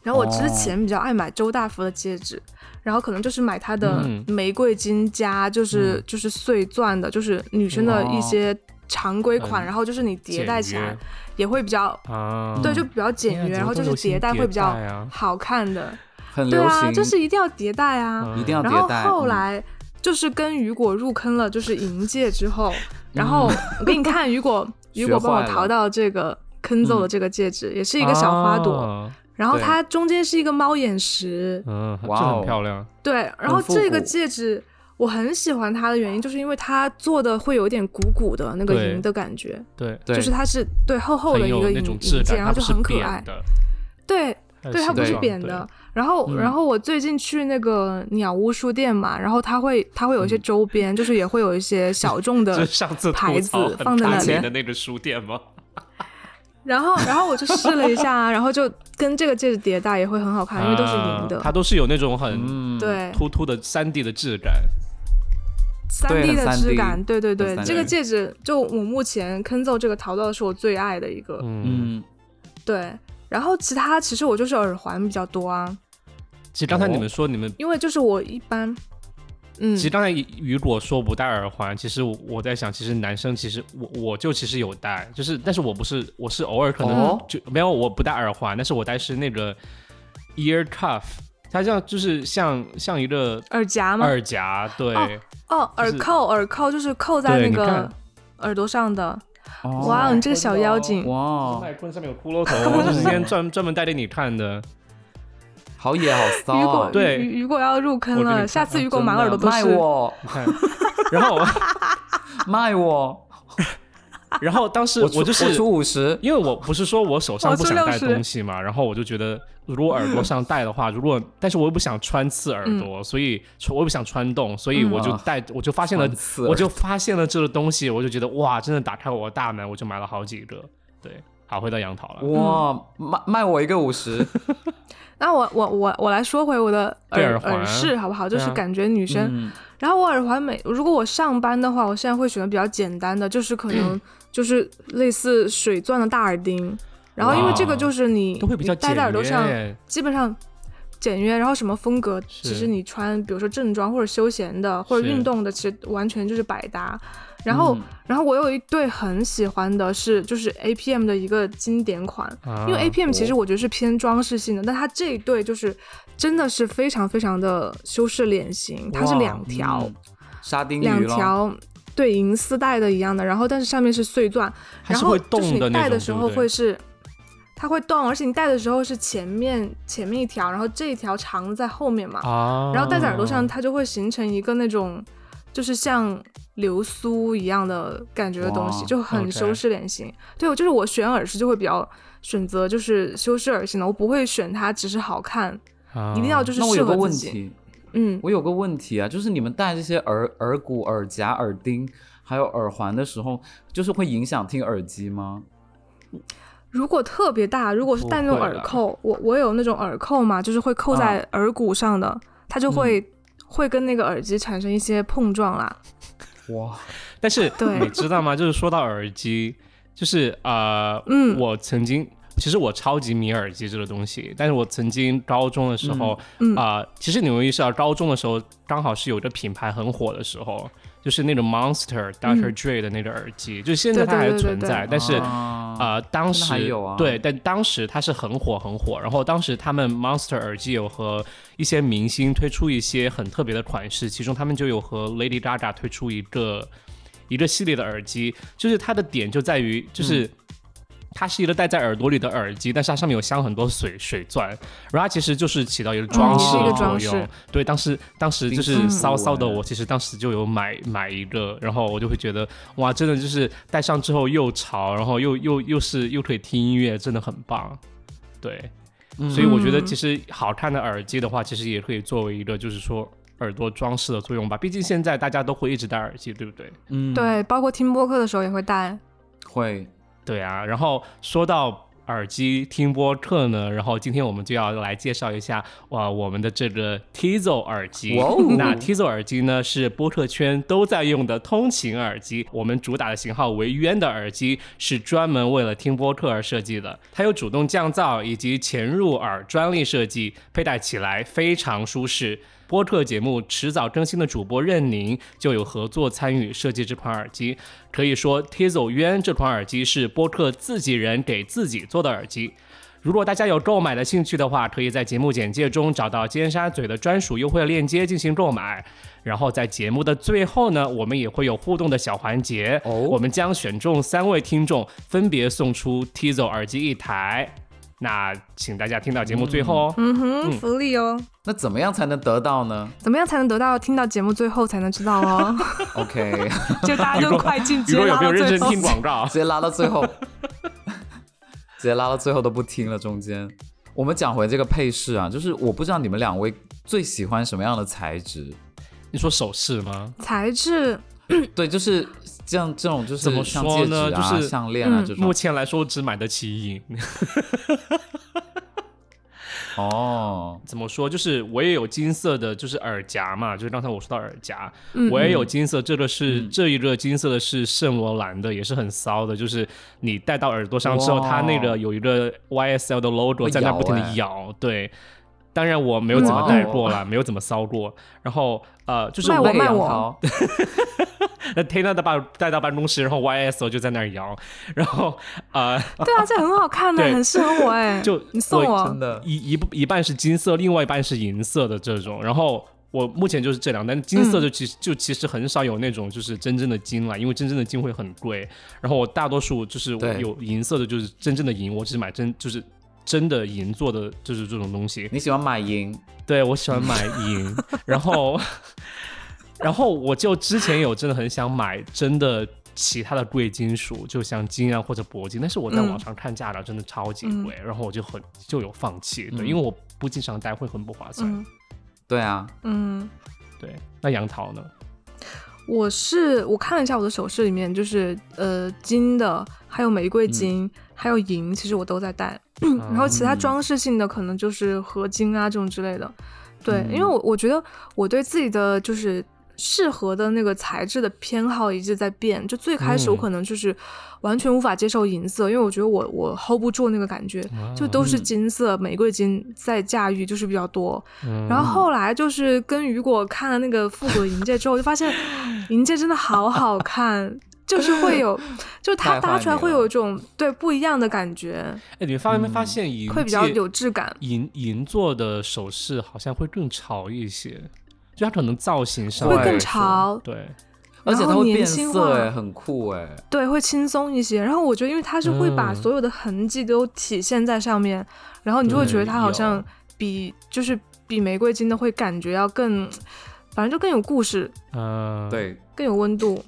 B: 然后我之
A: 哦
B: 前比较爱买周大福的戒指，然后可能就是买它的
C: 嗯
B: 玫瑰金加，就是、
A: 嗯
B: 就是碎钻的，就是女生的一些常规款，
C: 嗯
B: 然后就是你
C: 简
B: 迭代起来
C: 约
B: 也会比较，
C: 啊，
B: 对，就比较简
C: 现在
B: 约，
C: 怎
B: 然
C: 么
B: 后就
C: 都
B: 是
C: 流行
B: 迭代会比较
C: 迭代啊
B: 好看的，
A: 很
B: 对
A: 流
B: 啊，
A: 行，
B: 就是一定要迭代啊。
C: 嗯
A: 一定要
B: 然
A: 迭
B: 后
A: 代。
B: 后
A: 嗯
B: 来就是跟雨果入坑了，就是银戒之后，
C: 嗯
B: 然后我给你看
A: <laughs>
B: 雨果，雨果
A: 学
B: 帮我
A: 坏了
B: 逃到这个坑揍
C: 嗯
B: 的这个戒指，也是一个小花朵，
C: 啊，
B: 然后
A: 对
B: 它中间是一个猫眼石，
C: 嗯，这
A: 哇
C: 很
A: 哦
C: 漂亮，
B: 对，然后
A: 复
B: 这个
A: 古
B: 戒指我很喜欢它的原因，就是因为它做的会有一点鼓鼓的那个
C: 对
B: 银的感觉，
C: 对，
A: 对，
B: 就是它是对厚厚
C: 很
B: 的一
C: 有
B: 个
C: 那
B: 银
C: 种
B: 银
C: 质
B: 戒，
C: 感，
B: 然
C: 它
B: 后
C: 不
B: 就是很可
C: 扁
B: 爱。
C: 的，
B: 对，
C: 它
B: 对，它不是
C: 形状
B: 扁
C: 对
B: 的。然后，然
A: 嗯
B: 后我最近去那个鸟屋书店嘛，然后它会它会有一些周边，就是也会有一些小众
C: 嗯 <laughs> 就
B: 的
C: 是上次吐
B: 牌
C: 槽
B: 子
C: 很
B: 放在
C: 大
B: 那
C: 型
B: 里。
C: 的那个书店吗？
B: 然后，然后我就试了一下啊，然后就跟这个戒指迭代也会很好看，因为都是
C: 啊
B: 银的。
C: 它都是有那种很
A: 嗯，
B: 对，
C: 突突的三 D 的质感。
B: 三
A: 对
B: D
A: 很
B: 的质
A: 3D
B: 感，对对对
A: 很，3D
B: 这个戒指就我目前坑揍这个淘到的是我最爱的一个，
C: 嗯，
A: 嗯，
B: 对。然后其他其实我就是耳环比较多啊，
C: 其实刚才你们说你们
B: 因为就是我一般嗯
C: 其实刚才雨果说不戴耳环，其实我我在想，其实男生其实我我就其实有戴，就是但是我不是我是偶尔可能
A: 哦
C: 就、没有我不戴耳环，但是我戴是那个 ear cuff，它像就是像像一个
B: 耳夹吗？
C: 耳夹，对、
B: 哦，
C: 就
B: 耳
C: 是
B: 扣，耳扣就是扣在
C: 对
B: 那
C: 你
B: 个
C: 看
B: 耳朵上的。
A: 哦
B: 哇，你这个
C: 真的
B: 小
C: 哦
B: 妖精，
A: 哇，
B: 哦
C: 麦昆上面有
B: <laughs>
C: 骷髅头，我就是今天专专门带给你看的。
A: 好野好骚
B: <laughs> 雨
A: 啊
B: 果，！
C: 对
B: 雨雨果要入
C: 我
B: 坑
C: 给你
B: 了，
C: 看
B: 下次雨果
C: 真的
B: 满耳朵都
A: 卖
B: 是。
A: 我，
C: 你看，然后 <laughs>
A: 卖我！
C: 然后当时
A: 出
C: 我就是
A: 我出五十，
C: 因为我不是说我手
B: 我
C: 上
B: 出
C: 不想戴
B: 60
C: 东西嘛，然后我就觉得如果耳朵上戴的话，如果但是我又不想穿刺耳
B: 嗯
C: 朵，所以我又不想穿洞，所以我就
B: 哦
A: 嗯
C: 戴，我就发现了
A: 穿刺，耳
C: 我就发现了这个东西，我就觉得哇，真的打开我的大门，我就买了好几个。对，好，回到杨桃了。
A: 哇，
B: 嗯
A: 卖卖我一个五十，
B: 那我我我我来说回我的
C: 对
B: 耳
C: 耳环
B: 饰好不好？就
C: 对啊
B: 是感觉女生
A: 嗯，
B: 然后我耳环每如果我上班的话，我现在会选择比较简单的，就是可
C: <clears throat>
B: 能就是类似水钻的大耳钉。然后因为这个
C: 哇
B: 就是你
C: 都会比较
B: 你戴
C: 简
B: 在耳朵上，
C: 约，
B: 基本上简约，然后什么风格，其实
C: 是
B: 你穿比如说正装或者休闲的或者
C: 是嗯
B: 运动的，其实完全就是百搭。 <laughs> 然后，
A: 嗯
B: 然后我有一对很喜欢的是，就是 A P M 的一个经典款，
C: 啊
B: 因为哎 A P M 其实
C: 我
B: 我觉得是偏装饰性的，但它这一对就是真的是非常非常的修饰脸型，它是
C: 哇
B: 两条，
A: 嗯沙丁
B: 两
A: 鱼了，
B: 条对银丝带的一样的，然后但是上面是碎钻，
C: 还
B: 然
C: 是
B: 后
C: 会
B: 就是
C: 动
B: 你
C: 那
B: 戴
C: 种，
B: 的时候
C: 对不对
B: 会是。它会动，而且你戴的时候是前面前面一条，然后这一条长的在后面嘛，
C: 啊，
B: 然后戴在耳朵上，它就会形成一个那种，就是像流苏一样的感觉的东西，
A: 哇
B: 就很
C: OK
B: 修饰脸型。对，我就是我选耳饰就会比较选择就是修饰耳型的，我不会选它只是好看，
C: 啊
B: 一定要就是
A: 那我
B: 适
A: 有个
B: 合
A: 问
B: 自己。
A: 题，
B: 嗯，
A: 我有个问题啊，就是你们戴这些耳耳骨、耳夹、耳钉还有耳环的时候，就是会影响听耳机吗？
B: 如果特别大，如果是
C: 不
B: 戴那种
C: 会啊
B: 耳
C: 啦
B: 扣，我我有那种耳扣嘛，就是会扣在耳骨上的，它
C: 嗯
B: 就会、会跟那个耳机产生一些碰撞啦。
A: 哇，
C: 但是
B: 对
C: 你知道吗？就是说到耳机，就是呃，
B: 嗯
C: 我曾经其实我超级迷耳机这个东西，但是我曾经高中的时候，啊、
B: 嗯嗯
C: 其实你们意识到，高中的时候刚好是有一个品牌很火的时候，就是那种 Monster Dr. Dre 的那个耳机，就现在它
B: 嗯
C: 还
B: 对对对
C: 存
B: 对
C: 在，
B: 对
C: 但是。
A: 啊
C: 啊、当时
A: 真的还有啊
C: 对，但当时它是很火很火，然后当时他们 Monster 耳机有和一些明星推出一些很特别的款式，其中他们就有和 Lady Gaga 推出一个一个系列的耳机，就是它的点就在于就是。
A: 嗯
C: 它是一个戴在耳朵里的耳机，但是它上面有镶很多水水钻，然后它其实就是起到一个装饰
A: 嗯是一
C: 的
A: 个
C: 作
B: 装
C: 用。
B: 饰
C: 对，当时当时就
A: 叮
C: 是
A: 咚
C: 骚骚的
A: 嗯
C: 我，其实当时就有买买一个，然后我就会觉得哇，真的就是戴上之后又潮，然后又又又是又可以听音乐，真的很棒。对，
A: 嗯
C: 所以我觉得其实好看的耳机的话，其实也可以作为一个就是说耳朵装饰的作用吧。毕竟现在大家都会一直戴耳机，对不对？
A: 嗯，
B: 对，包括听播客的时候也会戴。
A: 会
C: 对啊。然后说到。耳机听播客呢，然后今天我们就要来介绍一下哇，我们的这个 Tizo 耳机。
A: 哇哦
C: 那 Tizo 耳机呢是播客圈都在用的通勤耳机，我们主打的型号为渊的耳机是专门为了听播客而设计的，它有主动降噪以及潜入耳专利设计，佩戴起来非常舒适。播客节目迟早更新的主播任宁就有合作参与设计这款耳机，可以说 Tizo 渊这款耳机是播客自己人给自己做的耳机。如果大家有购买的兴趣的话，可以在节目简介中找到尖沙咀的专属优惠链接进行购买。然后在节目的最后呢，我们也会有互动的小环节，
A: 哦
C: 我们将选中三位听众，分别送出 Tizo 耳机一台。那请大家听到节目最后哦。
B: 嗯哼，福利哦。
A: 那怎么样才能得到呢
B: 怎么样才能得到？听到节目最后才能知道
C: <laughs>
B: 哦。
A: ？OK，
B: 就大家就快进
C: 雨
B: 直
C: 果
B: 接
C: 有
B: 拉
C: 没
B: 到
C: 有认
B: 最
C: 真
B: 后
C: 听。广告 <laughs>
A: 直？接拉到最后， <laughs> 直接拉到最后都不听了。中间我们讲回这个配饰啊，就是我不知道你们两位最喜欢什么样的材质。
C: 你说首饰吗？
B: 材质，
A: 对，就是这样，这种就是
C: 怎么
A: 像
C: 说
A: 戒指
C: 呢
A: 啊、
C: 就是
A: 项链啊
B: 嗯
A: 这种
C: 目。前来说，我只买得起银。
A: 哦，
C: 怎么说？就是我也有金色的，就是耳夹嘛，就是刚才我说到耳夹，
B: 嗯
C: 我也有金色，这个是、
A: 嗯
C: 这一个金色的是圣罗兰的，也是很骚的，就是你戴到耳朵上之后，
A: 哇
C: 它那个有一个 YSL 的 logo 在那不停
A: 会
C: 的
A: 摇
C: 摇，对。当然我没有怎么戴
A: 哇哦
C: 过啦，没有怎么骚过。然后呃，就是
B: 卖我
A: 那个
B: 卖
A: 杨
B: 我哦
A: 桃，
C: 那 Tina 的把带到办公室，然后 YSO 就在那儿摇，然后呃，
B: 对啊，这很好看的，
C: 对
B: 很适合我哎。
C: 就
B: 你送
C: 我
A: 真
B: 我，
A: 的
C: 一一部一半是金色，另外一半是银色的这种。然后我目前就是这两单，金色就其实、就其实很少有那种就是真正的金了，因为真正的金会很贵。然后我大多数就是我
A: 对
C: 有银色的，就是真正的银，我只买真就是真的银做的，就是这种东西。
A: 你喜欢马银？
C: 对我喜欢买银，然后然后我就之前有真的很想买真的。其他的贵金属，就像金啊或者铂金，但是我在
B: 嗯
C: 网上看价格真的超级
B: 嗯
C: 贵，然后我就很就有放弃，对，
A: 嗯
C: 因为我不经常戴会很不划算。
B: 嗯
A: 对啊，
B: 嗯。
C: 对，那杨桃呢？
B: 我是我看了一下我的首饰里面，就是呃金的，还有玫瑰金，
C: 嗯
B: 还有银，其实我都在戴。
C: 啊
B: 然后其他装饰性的可能就是合金啊这种之类的。对，
C: 嗯
B: 因为我我觉得我对自己的就是适合的那个材质的偏好一直在变。就最开始我
C: 嗯
B: 可能就是完全无法接受银色，因为我觉得我我 hold 不住那个感觉，
C: 啊
B: 就都是
A: 嗯
B: 金色、玫瑰金在驾驭，就是比较多。
C: 嗯，
B: 然后后来就是跟雨果看了那个复古的银戒之后，我就发现
C: <laughs>
B: 银戒真的好好看，就是会有，就它
A: 太
B: 搭
A: 华
B: 出来
A: 丽
B: 会
A: 了
B: 有一种对不一样的感觉，
C: 哎，你发没发现银
B: 会比较
C: 戒
B: 有质感。
C: 银银做的首饰好像会更潮一些，就它可能造型上
A: 会
C: 来
A: 更
C: 说
B: 潮
C: 对，
A: 而且
B: 然
A: 它
B: 后
A: 会变
B: 年轻化
A: 色，哎，很酷哎。
B: 对，会轻松一些。然后我觉得，因为它是会把
C: 嗯
B: 所有的痕迹都体现在上面，然后你就会觉得
C: 对
B: 它好像
C: 有
B: 比就是比玫瑰金的会感觉要更，反正就更有故事，
C: 嗯，
A: 对，
B: 更有温度。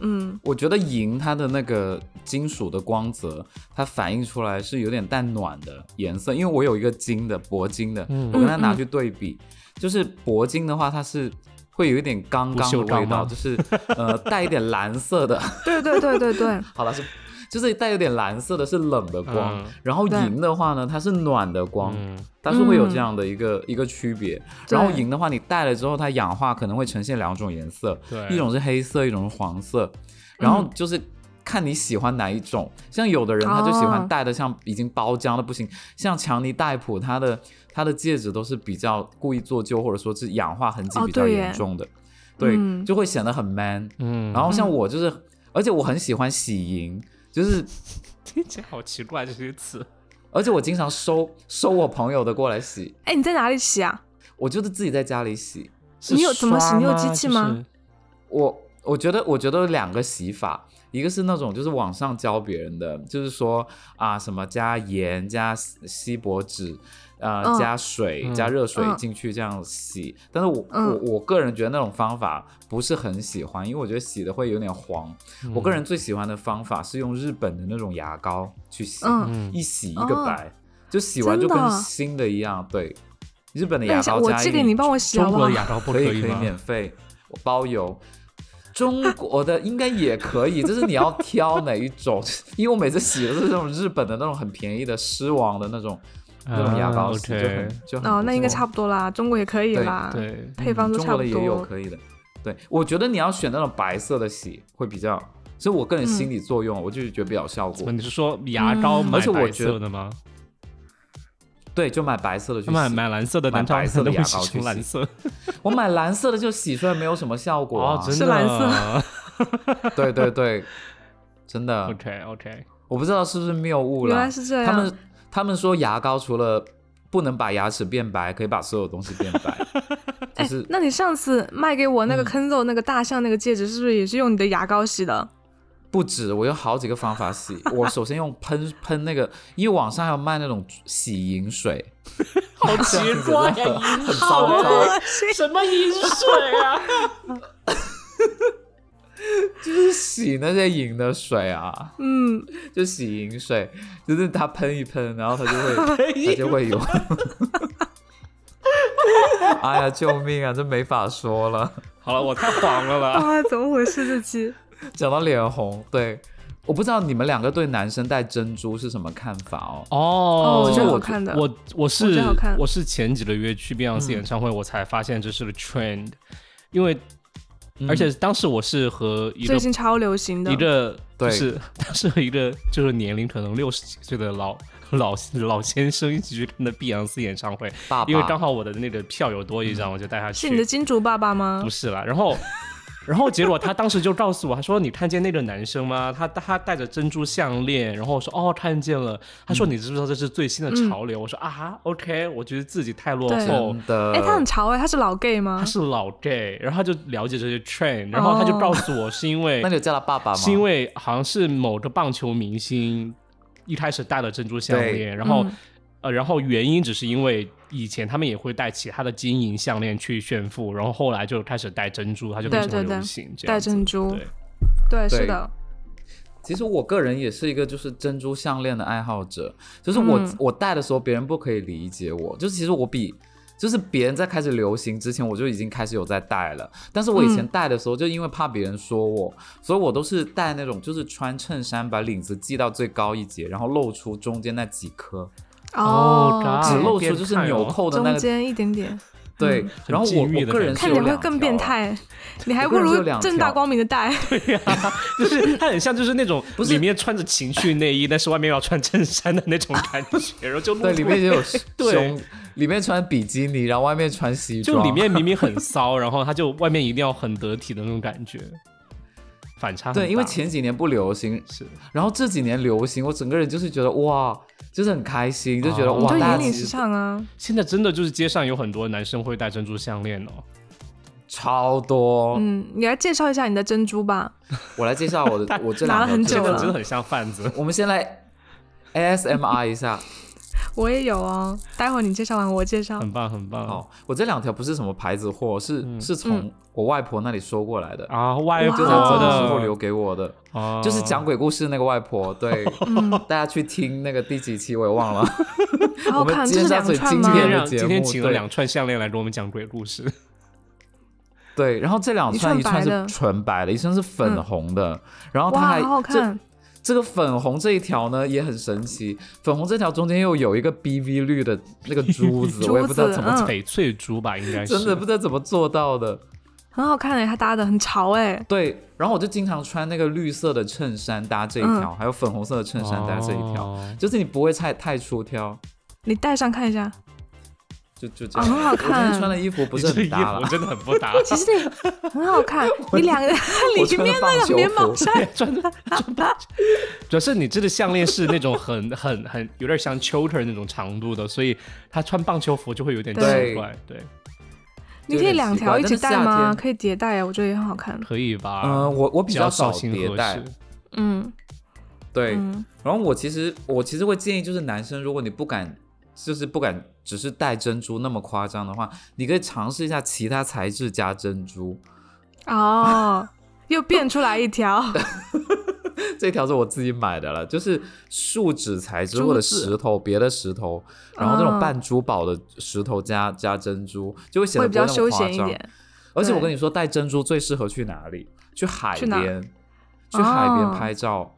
B: 嗯，
A: 我觉得银它的那个金属的光泽，它反映出来是有点淡暖的颜色，因为我有一个金的铂金的，
C: 嗯
A: 我跟它
B: 嗯
A: 拿
B: 嗯
A: 去对比，就是铂金的话，它是会有一点刚刚的
C: 不锈钢
A: 味道，
C: 吗
A: 就是呃带一点蓝色的， <laughs>
B: 对对对对
C: <laughs>
B: 对，
A: 好了是。就是带有点蓝色的，是冷的光，
C: 嗯
A: 然后
B: 对
A: 银的话呢，它是暖的光，
C: 嗯，
A: 它是会有
B: 嗯
A: 这样的一个、一个区别。然后
B: 对
A: 银的话，你戴了之后，它氧化可能会呈现两种颜色，
C: 对，
A: 一种是黑色，一种是黄色，然
B: 嗯
A: 后就是看你喜欢哪一种。像有的人他就喜
B: 哦
A: 欢戴的像已经包浆的不行，像强尼戴普他的他的戒指都是比较故意做旧，或者说是氧化痕迹
B: 哦
A: 比较
B: 对
A: 严
B: 耶
A: 重的，对，
B: 嗯
A: 就会显得很 man。
C: 嗯，
A: 然后像我就是，而且我很喜欢喜银，就是
C: 听起来好奇怪这些词。
A: 而且我经常收收我朋友的过来洗，
B: 哎，你在哪里洗啊？
A: 我就是自己在家里洗，
C: 是
B: <laughs> 你有怎么洗
C: 刷
B: 你有机器吗？
C: 就是
A: 我我觉得我觉得有两个洗法，一个是那种就是网上教别人的，就是说啊什么加盐加锡锡箔纸。呃，
B: 嗯
A: 加水、
C: 嗯
A: 加热水
B: 嗯
A: 进去这样洗，但是我、
B: 嗯
A: 我我个人觉得那种方法不是很喜欢，因为我觉得洗的会有点黄。我个人最喜欢的方法是用日本的那种牙膏去洗，
B: 嗯
C: 嗯
A: 一洗一
B: 哦
A: 个白，就洗完就
B: 真的啊
A: 跟新的一样。对，日本的
B: 那
A: 牙
B: 你下
A: 膏
B: 我
A: 加
B: 寄
A: 一
B: 给
A: 粒
B: 你，帮我洗好
C: 嗯中
B: 不 <laughs>
C: 国
B: 好
C: 的？牙膏不
A: 可以
C: 以
A: 可以
C: 吗？
A: 免费，我包邮。中国的应该也可
C: <laughs>
A: 以，就是你要挑哪一种， <laughs> 因为我每次洗的是那种日本的那种很便宜的狮王的那种那种牙膏
C: 啊
A: 洗，就很
C: OK
A: 就很
B: 哦，那应该
A: 不错
B: 差不多啦，中国也可以
A: 对
B: 啦，
C: 对，
B: 配方都
A: 嗯中
B: 差
A: 国
B: 不
A: 的也有
B: 多。
A: 可以的。对，我觉得你要选那种白色的洗会比较，是我个人心理作用，我就觉得比较有效果。
C: 你是说牙膏
B: 嗯
C: 买
A: 而且我
C: 白
A: 觉得
C: 色的吗？
A: 对，就买白色的去
C: 他买
A: 洗。
C: 买蓝色的，
A: 买
C: 难道
A: 白色的
C: 会
A: 牙
C: 洗
A: 膏
C: 成
A: 去
C: 蓝
A: 洗
C: 色？
A: 我买蓝色的就洗出来没有什么效果、啊。
C: 哦真
B: 是
C: 的
B: 蓝
C: 色。 <laughs>
A: 对对对，真的。
C: OK OK，
A: 我不知道是不是谬误了。
B: 原来是这样
A: 他们他们说牙膏除了不能把牙齿变白，可以把所有东西变白。就
B: 哎
A: 是，
B: 那你上次卖给我那
A: 嗯
B: 个 Kenzo 那个大象那个戒指，是不是也是用你的牙膏洗的？
A: 不止，我有好几个方法洗。我首先用喷喷那个，因为网上还有卖那种洗银水，
C: 好
A: 这样
C: 奇
A: 子真
C: 怪
A: 的
C: 呀，
A: 很
C: 银
A: 很
B: <laughs>
A: 糟
C: 水
A: 糕。
C: 什么饮水啊？
A: <laughs> 就是洗那些银的水啊，
B: 嗯，
A: 就洗银水，就是它喷一喷，然后它就会它就会有。 <laughs> 哎呀，救命啊！这没法说了。
C: <laughs> 好了，我太黄了啦。
B: 啊，怎么回事这期？
A: 讲到脸红，对，我不知道你们两个对男生戴珍珠是什么看法哦。
C: 哦
B: 我觉
A: 就
B: 得
A: 我
B: 好看的，
C: 我我
B: 觉
C: 是
B: 得好看
C: 嗯我是前几个月去碧昂斯演唱会，我才发现这是个 trend，因为而且当时我是和一
B: 嗯
C: 个
B: 最近超流行的
C: 一个就
A: 对
C: 是 <laughs> 当时和一个就是年龄可能六十几岁的老 <laughs> 老老先生一起去看的碧昂斯演唱会，
A: 爸爸，
C: 因为刚好我的那个票有多一张，我就带他去。
B: 是你的金主爸爸吗
C: 不？是啦，然后。 <laughs> 然后结果他当时就告诉我，他说你看见那个男生吗？他他戴着珍珠项链，然后我说哦看见了。他说你知不知道这是最新的潮流？我说啊，OK，我觉得自己太
B: 嗯
C: 落
B: 对
C: 后。
A: 真的，
B: 哎，他很潮哎，他是老 gay 吗
C: 他？是老 gay，然后他就了解这些 train，然后他就
B: 哦
C: 告诉我是因
A: <laughs>
C: 为
A: 那你有叫他爸爸吗？
C: 是因为好像是某个棒球明星一开始戴了珍珠项链，然后、
B: 嗯
C: 呃，然后原因只是因为以前他们也会戴其他的金银项链去炫富，然后后来就开始戴珍珠，它就变
B: 对
C: 成
B: 对
C: 流
B: 对
C: 行这样
B: 戴
C: 子 <laughs>
B: 珍珠，
C: 对，
B: 对，
A: 对
B: 是的，
A: 其实我个人也是一个就是珍珠项链的爱好者，就是我、
B: 嗯
A: 我戴的时候别人不可以理解我，就是其实我比就是别人在开始流行之前我就已经开始有在戴了，但是我以前
B: 嗯
A: 戴的时候就因为怕别人说我，所以我都是戴那种就是穿衬衫把领子系到最高一截，然后露出中间那几颗，
C: 哦
B: 哦，
C: God
A: 只
C: 哎
A: 露出就是
C: 变态哦
A: 纽扣的那
B: 中
A: 个
B: 间一点点，
A: 对
B: 嗯，
A: 然后
C: 很禁
A: 我
C: 欲
A: 我
C: 的
A: 个人
C: 感
A: 是
C: 觉
B: 看
A: 有
B: 起来会
A: 两
B: 更
A: 条
B: 变
A: 啊，
B: 态，你还
A: 我
B: 不
A: 个人是有
B: 如
A: 两
B: 正大
A: 条
B: 光明的戴。
C: 就是它很像就是那种
B: <laughs>
A: 不是
C: 里面穿着情趣内衣，但是外面要穿衬衫的那种感觉，然后就露
A: 对，
C: 出
A: 里面也有
C: <laughs> 对
A: 胸，里面穿比基尼，然后外面穿西
C: 就
A: 装，
C: 里面明明很骚，然后它就外面一定要很得体的那种感觉，反差很
A: 对，因为
C: 大
A: 前几年不流行，
C: 是
A: 然后这几年流行，我整个人就是觉得哇，就是很开心，就觉得、
C: 哦
B: 你
A: 哇，
B: 就
A: 大
B: 引
A: 家
B: 领
A: 其
B: 时
A: 实
B: 尚啊，
C: 现在真的就是街上有很多男生会戴珍珠项链哦，
A: 超多。
B: 嗯，你来介绍一下你的珍珠吧。
A: 我来介绍我
B: <laughs>
A: 的，我这
B: 拿
A: 两
B: 了
A: 条真
B: 很
C: <laughs>
B: 久
C: 真
A: 的
C: 的
B: 了
C: 真的很像
B: <laughs>
C: 贩子。
A: 我们先来 ASMR 一
C: <laughs>
A: 下。
B: 我也有哦，待会儿你介绍完我介绍。
C: 很棒，很棒。
A: 好，哦我这两条不是什么牌子货，是、是从
B: 嗯
A: 我外婆那里收过来的，
C: 啊，外
B: 哇
C: 婆
A: 就是她走
B: 哦
A: 的时候
C: 的，
A: 留给我的，
C: 啊
A: 就是讲鬼故事那个外
C: <laughs>
A: 婆。对，大家去听那个第几期我也忘了。 <laughs>
B: 好好
A: 我们
B: 看，这
A: 今
B: 是
A: 天
B: 两
A: 这次
B: 串
A: 今
B: 吗
C: 今？天
A: 的
C: 让
A: 节
C: 今天
A: 目
C: 请了
A: 对
C: 两串项链来给我们讲鬼故事。
A: 对，然后这两
B: 一
A: 串一串
B: 串白的
A: 是纯白的，一串是粉
B: 嗯
A: 红的，然后它
B: 哇，
A: 还
B: 好好
A: 这
B: 看，
A: 这个粉红这一条呢也很神奇，粉红这条中间又有一个 BV 绿的那个珠子，
B: <laughs> 珠
A: 我也不知道怎么、
B: 嗯
C: 翡翠珠吧，应该是
A: 真的不知道怎么做到的。
B: 很好看哎，它搭的很潮哎。
A: 对，然后我就经常穿那个绿色的衬衫搭这一条，
B: 嗯
A: 还有粉红色的衬衫搭这一条，
C: 哦
A: 就是你不会太太出挑，
B: 你戴上看一下，
A: 就就这样。
B: 哦很好
A: 我今
B: 看
A: 天穿的衣服不是
C: 你这
A: 很
C: 衣
A: 搭了
C: 服，真的很
A: <laughs>
C: 不搭。
B: 其实你很好看，你两个
A: 我
B: 里
A: 穿的
B: 面那
A: 棒
B: 个
A: 球
B: 棉毛
A: 服
B: 衫，
A: <laughs>
C: 穿的，穿的主要是你这个项链是那种很 <laughs> 很很有点像 choker 那种长度的，所以他穿棒球服就会有点奇
A: 对
C: 怪。对，
B: 你可以两条一起戴
A: 有点奇怪但
B: 吗？
A: 是夏天
B: 可以叠戴啊，我觉得也很好看。
C: 可以吧？
A: 嗯、我我比
C: 只
A: 较
C: 要
A: 少
C: 小心
A: 迭
C: 合
A: 代
C: 适，。
B: 嗯
A: 对，
B: 嗯，
A: 然后我其实我其实会建议，就是男生，如果你不敢，就是不敢只是戴珍珠那么夸张的话，你可以尝试一下其他材质加珍珠。 <laughs>
B: 哦，又变出来一
A: <laughs>
B: 条，
A: 这条是我自己买的了，就是树脂材质
B: 珠子
A: 或者石头，别的石头，然后这
B: 啊
A: 种半珠宝的石头加加珍珠，就会显
B: 会
A: 得
B: 比
A: 不会
B: 较
A: 那么
B: 休
A: 夸
B: 闲一
A: 张。
B: 点。
A: 而且我
B: 对
A: 跟你说，戴珍珠最适合去哪里？去海
B: 去哪
A: 边，去海边
B: 哦
A: 拍照，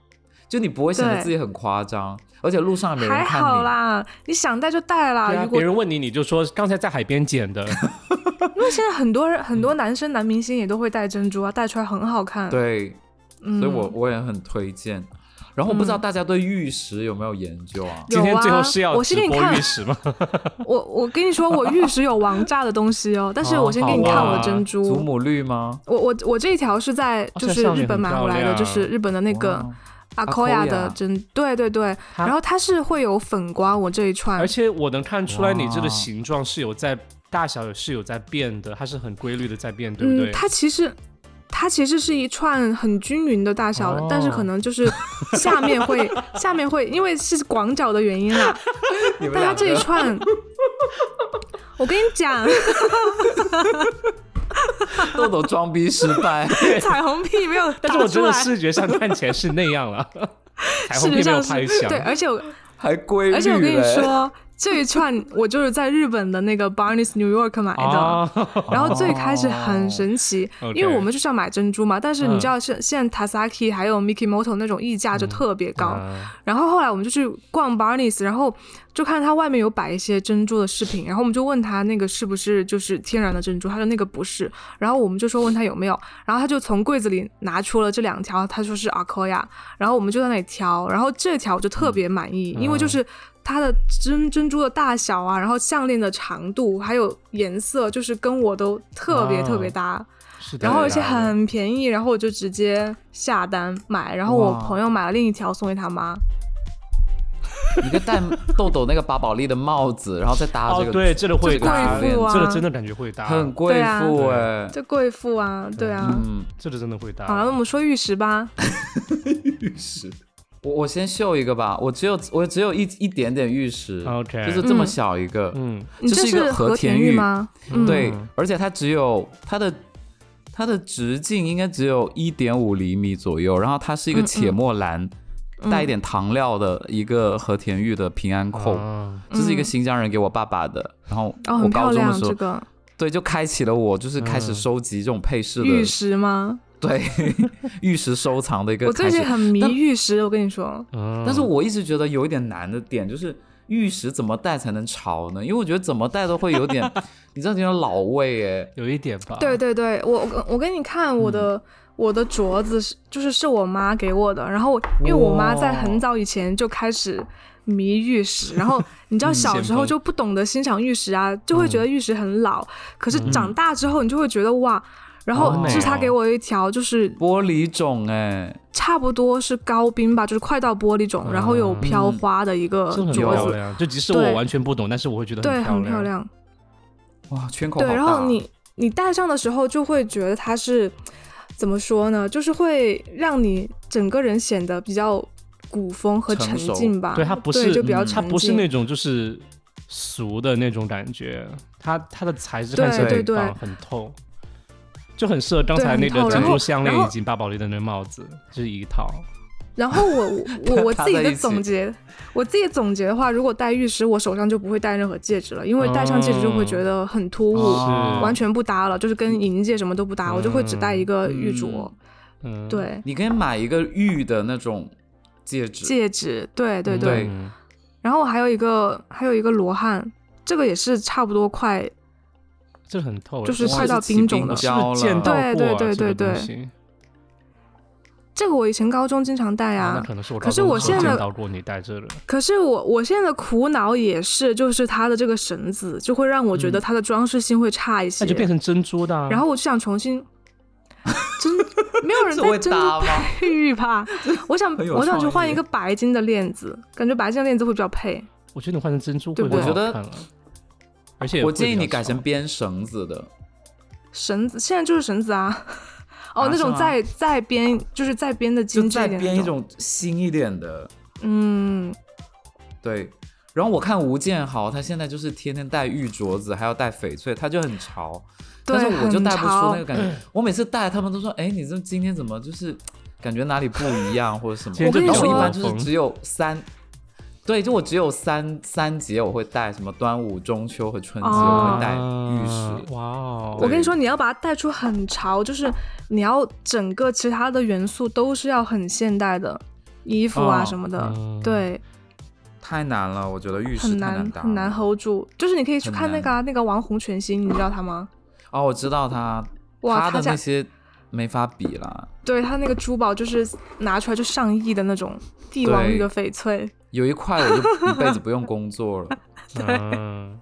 A: 就你不会显得
B: 对
A: 自己很夸张，而且路上也没人
B: 还
A: 看
B: 好
A: 你。
B: 啦，你想戴就戴啦。
C: 对啊
B: 如果
C: 别人问你，你就说刚才在海边
B: <laughs>
C: 捡的。
B: 因为现在很
A: 嗯
B: 多人很多男生男明星也都会戴珍珠啊，戴出来很好看。，
A: 对，
B: 嗯、
A: 所以我我也很推荐。然后我不知道大家对玉石有没有研究啊？
B: 有
C: 今天最
B: 啊
C: 后是要
B: 我
C: 直
B: 先给你
C: 播
B: 看
C: 玉石吗？
B: 我我跟你说，我玉石有王炸的东西哦，但是我先给你看我的珍珠。
A: 祖母绿吗？
B: 我我我这一条是在
C: 哦
B: 就是
C: 这上面
B: 日本买回来的，
C: 很漂亮
B: 就是日本的那个 <laughs>
A: 哇
B: 阿 o 亚
A: Akoya
B: 的珍，对对对。
C: 它
B: 然后它是会有粉刮我这一串
C: 而，且我能看出来你这个
A: 哇
C: 形状是有在大小是有在变的，它是很规律的在变，对不
B: 嗯
C: 对，？
B: 它其实它其实是一串很均匀的大小的，
C: 哦
B: 但是可能就是下面会下面会因为是广角的原因啦，
C: <laughs>
A: 你们
B: 但它
A: 俩
B: 这一串，我跟你讲，
A: 豆豆装逼失败，
B: <laughs> 彩虹屁没有
C: 但是
B: 打
C: 我真
B: 出来
C: 的，视觉上看起
B: <laughs>
C: 来是那样了，彩
B: 事
C: 虹
B: 实
C: 屁没
B: 上
C: 有
B: 是
C: 拍
B: <laughs>
C: 响
B: 对，，而且我
A: 还规律嘞。
B: 而且我跟你说，这一串我就是在日本的那个 Barnes New York 买的，
C: 啊，
B: 然后最开始很神奇，
C: 哦
B: 因为
C: OK 嗯
B: 我们就是要买珍珠嘛，但是你知道现现在 Tasaki 还有 Mikimoto 那种溢价就特别高，
C: 嗯
B: 然后后来我们就去逛 Barnes，然后就看他外面有摆一些珍珠的饰品，然后我们就问他那个是不是就是天然的珍珠，他说那个不是，然后我们就说问他有没有，然后他就从柜子里拿出了这两条，他说是 Akoya，然后我们就在那里挑，然后这条我就特别满意，因为就是。它的珍珍珠的大小啊，然后项链的长度，还有颜色，就是跟我都特别
C: 啊
B: 特别搭。
C: 是的
B: 然后而且
C: 是的
B: 很便宜，然后我就直接下单买，然后我
A: 哇
B: 朋友买了另一条送给他妈。
A: 一个戴豆豆那个巴宝莉的帽子，然后再搭
C: 哦
A: 这，个，
C: 对，这个会
A: 这个
C: 搭，
A: 贵妇
B: 啊
C: 这个真的感觉会搭，
A: 很贵妇
C: 对啊
A: 哎、
B: 这贵妇啊，对啊。
A: 嗯，
C: 这个真的会搭。
B: 好了，那我们说玉石吧。
A: 我我先秀一个吧，我只有我只有一一点点玉石
C: OK
A: 就是这么小一个，
C: 嗯，
B: 你
A: 这是一
B: 是
A: 个
B: 和
A: 田
B: 玉？吗？嗯，
A: 对，而且它只有它的它的直径应该只有一点五厘米左右，然后它
B: 嗯
A: 是一个铁墨蓝，带一点糖料的一个和田玉的平安扣，
C: 啊
A: 这是一个新疆人给我爸爸的，然后
B: 嗯
A: 我
B: 哦，很漂
A: 高中的
B: 亮，
A: 时候，
B: 这个
A: 对，就开启了我就是开始
C: 嗯
A: 收集这种配饰的，
B: 玉石吗？
A: 对玉石收藏的一个
B: 我
A: 开啊
B: 最
A: 始
B: 近。很迷
A: 但
B: 玉石，我跟你说，
C: 嗯
A: 但是我一直觉得有一点难的点就是玉石怎么戴才能潮呢？因为我觉得怎么戴都会有
B: <laughs>
A: 点，你知道有点老味哎。
C: 有一点吧，
B: 对对对，我我我给你看我
A: 嗯
B: 的、我的镯子是就是是我妈给我的，然后我因为我妈在很早以前就开始迷玉石，然
A: <laughs>
B: 后你知
A: 嗯
B: 道小
C: 先
B: 时候
C: 锋
B: 就不懂得欣赏玉石啊，就会觉得玉石很老，可
A: 嗯
B: 是长大之后你就会觉得哇。然
C: 好
B: 后
C: 美
B: 是她
C: 哦
B: 给我一条，就是
A: 玻璃种哎，
B: 差不多是高冰吧，就是快到玻璃种，然后有飘
A: 嗯
B: 花的一个
C: 这很
B: 镯
C: 漂
B: 子，
C: 亮。就即使
B: 对
C: 我完全不懂，但是我会觉得
B: 对，很
C: 漂
B: 漂。亮。
A: 哇，圈口好
B: 对，
A: 大。
B: 然后你你戴上的时候就会觉得它是怎么说呢？就是会让你整个人显得比较古风和
A: 成
B: 沉
A: 熟
B: 静吧。
C: 对，它不是，
B: 就比较
A: 嗯
B: 沉
C: 它
B: 静。
C: 不是那种就是俗的那种感觉，它它的材质看起来
A: 对
C: 很
B: 对
C: 棒，很透，就很适合刚才
B: 对
C: 那
B: 很
C: 个
B: 透
C: 珍
B: 然后
C: 珠项
B: 然
C: 链
B: 后
C: 以及巴宝莉的那帽子，就是一套。
B: 然后
C: <laughs>
B: 我我我
A: 搭
B: 自己
A: 在
B: 的
A: 一起
B: 总结，我自己总结的话，如果戴玉石，我手上就不会戴任何戒指了，因为戴上戒指就会觉得很突兀，
A: 哦
B: 完全不搭了，就是跟银戒什么都不搭，我就会只戴一个玉镯。
A: 嗯
C: 嗯，
B: 对，
A: 你可以买一个玉的那种戒指，
B: 戒指，对对
C: 嗯
B: 对。
A: 对
B: 然后我还有一个还有一个罗汉，这个也是差不多快
C: 这很透，
B: 就是
A: 哇
B: 快到
A: 这起
B: 冰种了
C: 我是
A: 胶了。
C: 见到过啊
B: 对对对
C: 这
B: 对
C: 个东
B: 对
C: 西
B: 这个我以前高中经常戴
C: 啊那
B: 啊，
C: 可能是我
B: 可
C: 高
B: 是
C: 中的
B: 我
C: 时候
B: 现在
C: 见到过你戴这个，
B: 可是我我现在的苦恼也是，就是它的这个绳子就会让我
A: 嗯
B: 觉得它的装饰性会差一些，
C: 那就变成珍珠的啊。
B: 然后我就想
A: <laughs>
B: 重新真没有人
A: 这会
B: 在珍
A: 搭
B: 珠
A: 吗？
B: 配玉吧？
A: <laughs>
B: 我想
A: 很有
B: 我想去
A: 创
B: 换
A: 意
B: 一个白金的链子，感觉白金的链子会比较配。
C: 我觉得你换成珍珠
B: 对不
C: 会更
A: 对
C: 好看了，而且
A: 我建议你改成
C: 成
A: 编绳子的，
B: 绳子现在就是绳子啊， <laughs> 哦，
A: 啊
B: 那
A: 是
B: 种
A: 吗
B: 再再编就是再编的
A: 就
B: 精致
A: 再
B: 一点，
A: 编一，种新一点的。
B: 嗯，
A: 对，然后我看吴建豪，他现在就是天天戴玉镯子，还要戴翡翠，他就很潮。
B: 对，
A: 但是我就
B: 很
A: 戴不出
B: 潮
A: 那个感觉。我每次戴，他们都说：“哎，你这今天怎么就是感觉哪里不一样，或者什么？”
C: 今天
B: 就
A: 然后我
B: 比
A: 一
B: 较
A: 般就是
C: 疯
A: 只有三，对，就我只有三三节我会戴，什么端午、中秋和春节我会戴玉石。
C: 啊哇哦，
B: 我跟
A: 对
B: 你说，你要把它带出很潮，就是你要整个其他的元素都是要很现代的，衣服啊
A: 哦
B: 什么的，
C: 嗯
B: 对，
A: 太难了，我觉得玉石
B: 很
A: 太
B: 难
A: 搭
B: 很难
A: 了
B: hold 住。就是你可以去
A: 很
B: 看那
A: 难
B: 个、啊、那个王红全新，你知道他吗？
A: 哦，我知道他，
B: 哇
A: 他
B: 他
A: 的
B: 家
A: 那些没法比啦。
B: 对他那个珠宝就是拿出来就上亿的那种帝王玉的翡翠，
A: 有一块我就一辈子不用工作了。
C: 嗯，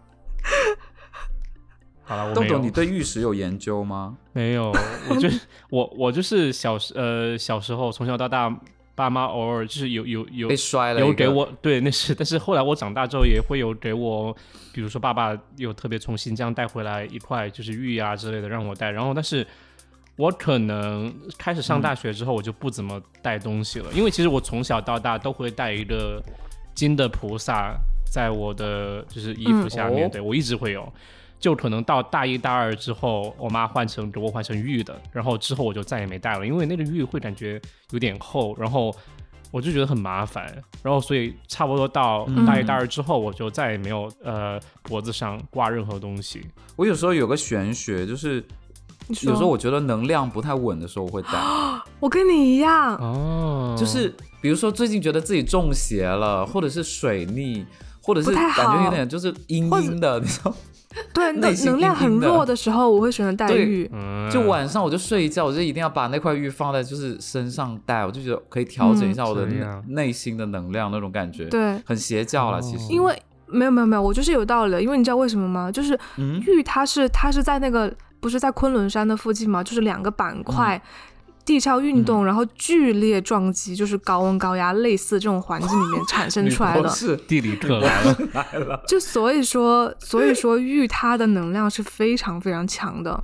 C: 好 <laughs> 了，我
A: 豆
C: 没
A: 豆，
C: 有
A: 你对玉石有研究吗？
C: 没有，我就我我就是小时呃小时候从小到大，爸妈偶尔就是有有有
A: 被摔了一个，
C: 有给我对那是，但是后来我长大之后也会有给我，比如说爸爸有特别从新疆带回来一块就是玉啊之类的让我戴，然后但是我可能开始上大学之后我就不怎么带东西了，因为其实我从小到大都会带一个金的菩萨在我的就是衣服下面，
A: 哦
C: 对我一直会有。就可能到大一大二之后，我妈换成给我换成玉的，然后之后我就再也没戴了，因为那个玉会感觉有点厚，然后我就觉得很麻烦。然后所以差不多到
A: 嗯
C: 大一大二之后，我就再也没有呃脖子上挂任何东西。
A: 我有时候有个玄学，就是
B: 你
A: 有时候我觉得能量不太稳的时候，我会戴。
B: 哦我跟你一样，
C: 哦，
A: 就是比如说最近觉得自己中邪了，或者是水逆，或者是
B: 不太好
A: 感觉有点就是阴阴的，你知道吗？
B: 对，
A: 内
B: 能
A: 心
B: 能量
A: 阴
B: 很
A: 阴的
B: 弱的时候，我会选择黛
A: 对
B: 玉。
C: 嗯
A: 就晚上我就睡一觉，我就一定要把那块玉放在就是身上戴，我就觉得可以调整一下我的
C: 嗯这
A: 内
C: 样
A: 内心的能量那种感觉，，
B: 对，哦
A: 很邪教了其实。
B: 因为没有没有没有，我就是有道理的，因为你知道为什么吗？就是
A: 嗯
B: 玉它是它是在那个不是在昆仑山的附近嘛，就是两个板块。
A: 嗯
B: 地壳运动，然后剧烈撞击，就是高温高压类似这种环境里面产
A: <laughs>
B: 生出来
A: 不
B: 的。
A: 是
C: <laughs> 地理课来
A: <laughs>
C: 了，
B: 就所以说，所以说玉它的能量是非常非常强的。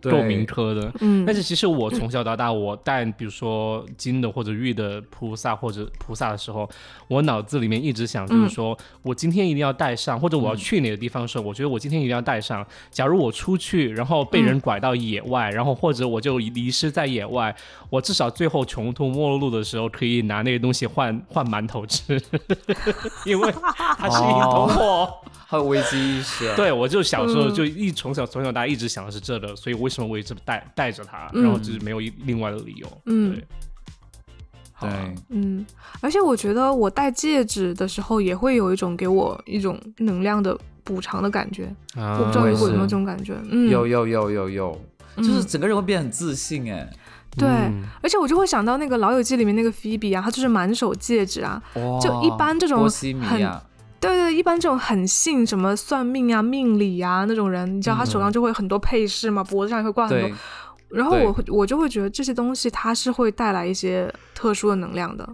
C: 够明
A: 对，
C: 科的。
B: 嗯，
A: 哎
C: 但是其实我从小到大，我戴比如说金的或者玉的菩萨或者菩萨的时候，我脑子里面一直想就是说、我今天一定要戴上，或者我要去哪个地方的时候，我觉得我今天一定要戴上。假如我出去，然后被人拐到野外，然后或者我就遗失在野外，我至少最后穷途末路的时候可以拿那个东西换换馒头吃， <laughs> 因为它是一头货。
A: 还有危机意识啊。
C: 对，我就小时
B: 嗯
C: 候就一从小从小到大一直想的是这的，所以为什么我一直带带着它，然后就是没有一另外的理由。
B: 嗯
C: 对，好啊
A: 对，
B: 嗯，而且我觉得我戴戒指的时候，也会有一种给我一种能量的补偿的感觉。我不知道
A: 啊我也
B: 你会有没有
A: 是
B: 这种感觉。嗯，
A: 有有有有有，就是
B: 嗯
A: 整个人会变得很自信哎。
B: 对，
C: 嗯
B: 而且我就会想到那个《老友记》里面那个菲比啊，她就是满手戒指啊。
A: 哇
B: 就一般这种
A: 波西米亚，
B: 对对，一般这种很信什么算命啊、命理啊那种人，你知道他手上就会很多配饰嘛，脖子上也会挂很
A: 对
B: 多。，然后
A: 对
B: 我会我就会觉得这些东西它是会带来一些特殊的能量的。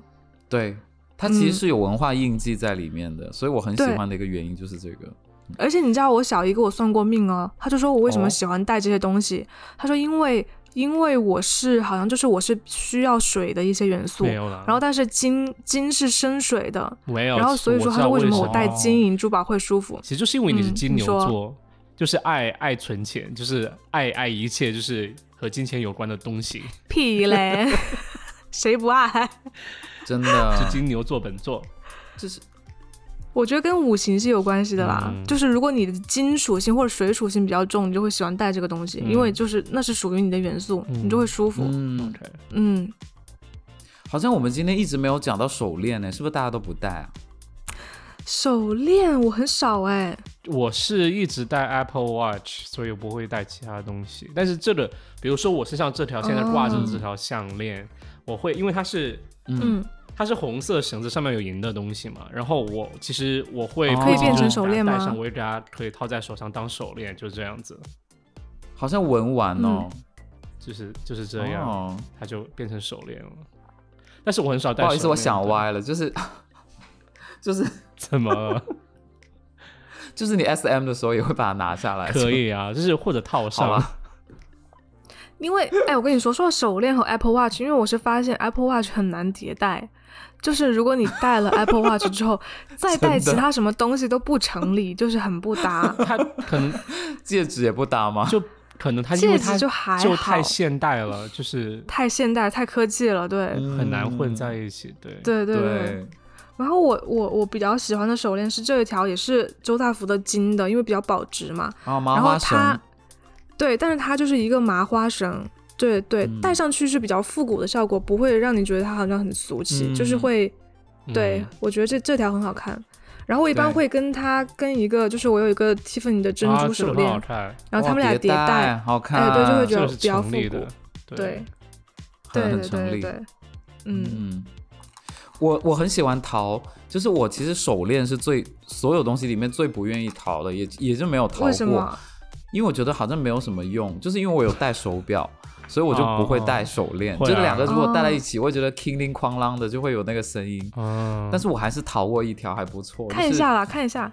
A: 对，它其
B: 嗯
A: 实是有文化印记在里面的，所以我很喜
B: 对
A: 欢的一个原因就是这个。
B: 而且你知道我小姨给我算过命哦，她就说我为什么
A: 哦
B: 喜欢带这些东西，她说因为因为我是好像就是我是需要水的一些元素，
C: 没有了。
B: 然后但是金金是生水的，
C: 没有，
B: 然后所以
C: 我
B: 说
C: 知
B: 她
C: 道
B: 说为
C: 为
B: 什么我
C: 么
B: 戴金
C: 哦
B: 银珠宝会舒服，
C: 其实就是因为你是
B: 嗯
C: 金
B: 你
C: 牛
B: 说
C: 座，就是爱爱存钱，就是爱爱一切就是和金钱有关的东西，
B: 屁嘞， <laughs> 谁不爱？
A: 真
C: 是
B: 啊
A: 的，
C: 金牛座本座。
A: 就是
B: 我觉得跟五行是有关系的啦，
C: 嗯
B: 就是如果你的金属性或者水属性比较重，你就会喜欢戴这个东西，
C: 嗯
B: 因为就是那是属于你的元素，
C: 嗯
B: 你就会舒服。
A: 嗯，
C: OK，
B: 嗯，
A: 好像我们今天一直没有讲到手链呢，是不是大家都不戴啊？
B: 手链我很少哎、
C: 我是一直戴 Apple Watch，所以我不会戴其他东西。但是这个，比如说我身上这条现在挂
B: 哦
C: 着的这条项链，我会因为它是
B: 嗯，
C: 它是红色绳子，上面有银的东西嘛。然后我其实我会
A: 哦
C: 不仅
A: 可以变成
B: 手链吗
C: 戴上，我也给它可以套在手上当手链，就是这样子，
A: 好像文玩哦，
B: 嗯
C: 就是就是这样，
A: 哦
C: 它就变成手链了。但是我很少
A: 不
C: 戴手链。
A: 好意思，我想歪了，就是就是 <laughs>
C: 怎么
A: 就是你 S M 的时候也会把它拿下来，
C: 可以啊？就是或者套
A: 好
C: 上，
A: 吧？
B: 因为哎，我跟你说，说到手链和 Apple Watch，因为我是发现 Apple Watch 很难迭代，就是如果你戴了 Apple Watch 之
C: <laughs>
B: 后，再戴其他什么东西都不成立，就是很不搭。
C: 它可能
A: 戒指也不搭吗？
C: 就可能它因
B: 戒
C: 为
B: 指
C: 它
B: 就还
C: 就
B: 好
C: 太，现代了，就是
B: 太现代，太科技了，对。
C: <laughs> 很难混
A: 嗯
C: 在一起。对，
B: 对对
A: 对
B: 对，然后我我我比较喜欢的手链是这一条，也是周大福的金的，因为比较保值嘛。
A: 然后麻
B: 然后
A: 花绳，
B: 它，对，但是它就是一个麻花绳，对对，
A: 嗯
B: 戴上去是比较复古的效果，不会让你觉得它好像很俗气，就是
A: 嗯
B: 会
C: 嗯
B: 对，我觉得这这条很好看。然后我一般
A: 对
B: 会跟它跟一个，就是我有一个 Tiffany 的珍
C: 啊
B: 珠
C: 这
B: 手
C: 个
B: 链，
A: 哦
C: 很好看，
B: 然后他
A: 哇
B: 们俩
A: 迭
B: 代，
A: 好看，
B: 哎对就会觉得
C: 这个是
B: 比较
C: 成
B: 复
C: 立
B: 古
C: 的。
B: 对
A: 很
B: 对
A: 很
B: 对
A: 成
B: 对
A: 立。
B: 对，嗯，
A: 嗯，我我很喜欢淘，就是我其实手链是最所有东西里面最不愿意淘的，也也就没有淘过。
B: 为什么？
A: 因为我觉得好像没有什么用，就是因为我有戴手表，所以我就不会戴手链。
C: 哦哦
A: 就这两个
C: 会
B: 啊
A: 如果戴在一起，我会觉得叮铃哐啷的就会有那个声音。
C: 啊
A: 但是我还是淘过一条，还不错。
B: 看一下啦，看一下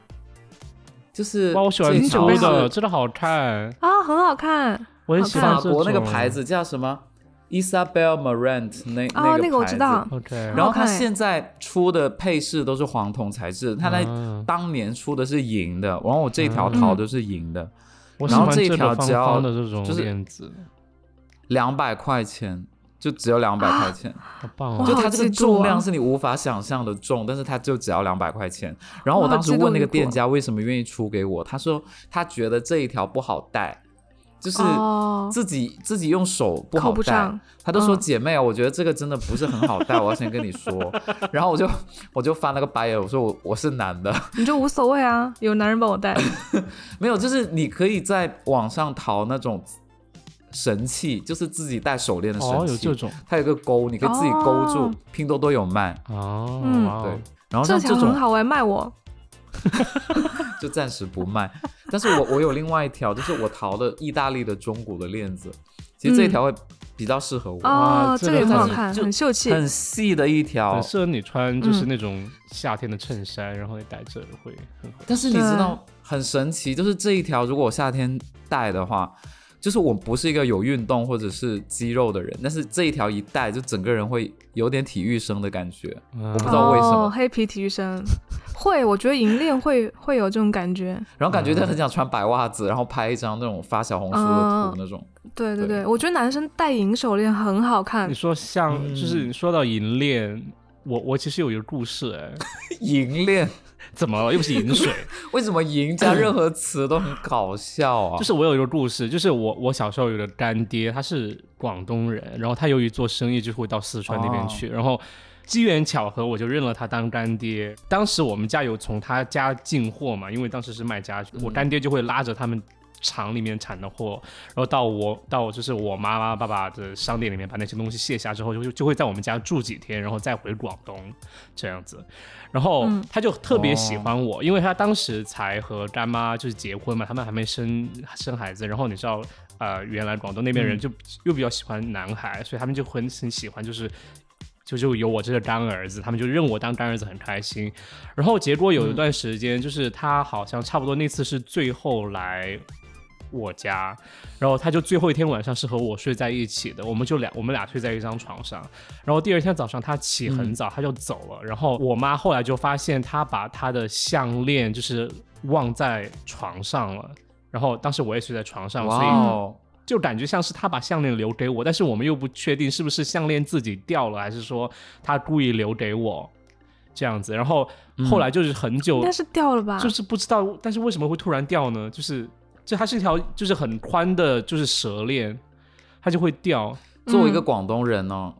A: 就是，就是
C: 哇，我喜欢
A: 这
C: 这
A: 条
B: 你
C: 个
B: 准备好
C: 的，
A: 是
C: 真的好看，
B: 啊，很好看
C: 我很
B: 好
C: 喜
B: 看
C: 欢
A: 法
C: 这
A: 国那个
C: 种
A: 牌。子叫什么？Isabel Marant 那
B: 啊，那
A: 个
B: 个我
A: 牌
B: 知
A: 子
B: 道，
C: OK，
A: 然后
B: 好
A: 它
B: 看欸
A: 现在出的配饰都是黄铜材质，它在
C: 啊
A: 当年出的是银的，然后我这条
C: 嗯
A: 淘的是银的，
C: 我喜
A: 然后
C: 欢
A: 这一
C: 这
A: 条
C: 个
A: 只
C: 方
A: 要
C: 方的这种
A: 就是
C: 链子，
A: 两百块钱，就只有两百块钱，
C: 好棒
B: 啊哇
C: 哦！
A: 就
B: 好
A: 它这个
B: 嫉妒
A: 重
B: 啊
A: 量是你无法想象的重，但是它就只要两百块钱。然后我
B: 哇好
A: 当时
B: 嫉妒
A: 问那个
B: 你
A: 店
B: 果
A: 家为什么愿意出给我，他说他觉得这一条不好带，就是
B: 哦
A: 自己、自己用手不
B: 扣
A: 好
B: 不
A: 带
B: 上。
A: 他都说
B: 嗯
A: 姐妹啊，我觉得这个真的不是很好带，我要先跟你说。 <laughs> 然后我就我就翻了个白眼，我说我我是男的，
B: 你就无所谓啊，有男人帮我带。
A: 没有，就是你可以在网上淘那种神器，就是自己戴手链的神器，
C: 哦，有这种
A: 它有个钩，你可以自己勾住，
B: 哦
A: 拼多多有卖。
C: 哦，
B: 嗯
C: 哇
A: 对
C: 哦，
A: 然后
B: 这
A: 像
B: 条
A: 这
B: 很
A: 种
B: 好哎，卖我。
A: <laughs> 就暂时不卖，但是
B: <laughs>
A: 我我有另外一条，就是我淘的意大利的中古的链子，其实这一条会比较适合我，
B: 嗯哦
C: 哇，
B: 这
C: 这
B: 个也
C: 个
B: 很
C: 它
B: 好
C: 是
B: 看，
A: 就
B: 很秀气。
A: 很细的一条
C: 很，适合你穿就是那种夏天的衬衫，然后你戴这会很合
A: 但是你知道很神奇，就是这一条如果我夏天戴的话，就是我不是一个有运动或者是肌肉的人，但是这一条一戴就整个人会有点体育生的感觉，
C: 嗯
A: 我不知道为什么
B: 哦，黑皮体育生会，我觉得银链会会有这种感觉。
A: 然后感觉就很想穿白袜子，然后拍一张那种发小红书的
B: 嗯
A: 图那种。
B: 对对对，
A: 对
B: 我觉得男生戴银手链很好看
C: 你。说像
A: 嗯
C: 就是你说到银链，我我其实有一个故事哎，
A: <laughs> 银链，
C: 怎么了？又不是银水，
A: 为什么银加任何词都很搞笑啊？
C: 就是我有一个故事，就是我我小时候有个干爹，他是广东人，然后他由于做生意就会到四川那边去，然后机缘巧合我就认了他当干爹。当时我们家有从他家进货嘛，因为当时是卖家具，我干爹就会拉着他们。厂里面产的货，然后到我到我就是我妈妈爸爸的商店里面把那些东西卸下之后，就就会在我们家住几天，然后再回广东这样子。然后
B: 嗯
C: 他就特别喜欢我，因为他当时才和干妈就是结婚嘛，他们还没生生孩子。然后你知道，呃，原来广东那边人就、又比较喜欢男孩，所以他们就很很喜欢，就是就就有我这个干儿子，他们就认我当干儿子很开心。然后结果有一段时间，就是他好像差不多那次是最后来我家，然后他就最后一天晚上是和我睡在一起的，我们就俩我们俩睡在一张床上。然后第二天早上他起
A: 嗯
C: 很早，他就走了。然后我妈后来就发现他把他的项链就是忘在床上了。然后当时我也睡在床上，所以
A: 哇哦，
C: 就感觉像是他把项链留给我，但是我们又不确定是不是项链自己掉了，还是说他故意留给我这样子。然后
A: 嗯
C: 后来就是很久，
B: 应该是掉了吧？
C: 就是不知道，但是为什么会突然掉呢？就是这它是一条就是很宽的，就是蛇链，它就会掉。
A: 作为
C: 嗯
A: 一个广东人呢、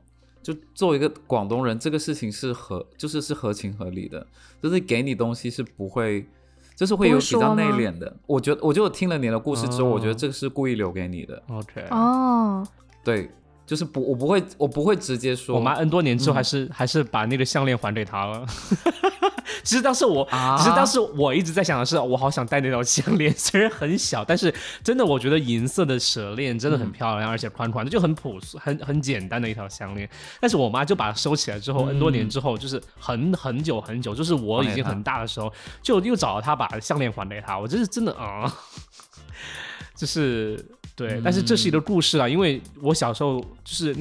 A: 就作为一个广东人，这个事情是合，就是是合情合理的，就是给你东西是不会，就是会有
B: 不会
A: 比
B: 说
A: 较内
B: 吗
A: 敛的。我觉得，我就听了你的故事之后，我觉得
C: 哦
A: 这个是故意留给你的，
C: OK，、
B: 哦，
A: 对，就是不，我不会，我不会直接说。
C: 我妈 N 多年之后还是、还是把那个项链还给他了。 <laughs> 其实当时我，
A: 啊
C: 其实当时我一直在想的是，我好想戴那条项链， <laughs> 虽然很小，但是真的我觉得银色的蛇链真的很漂亮，而且宽宽的，就很朴素、很很简单的一条项链。但是我妈就把它收起来之后、n 多年之后，就是很很久很久，就是我已经很大的时候，就又找到她把项链还给她。我这是真的啊。 <laughs> 就是对，但是这是一个故事啊，因为我小时候就是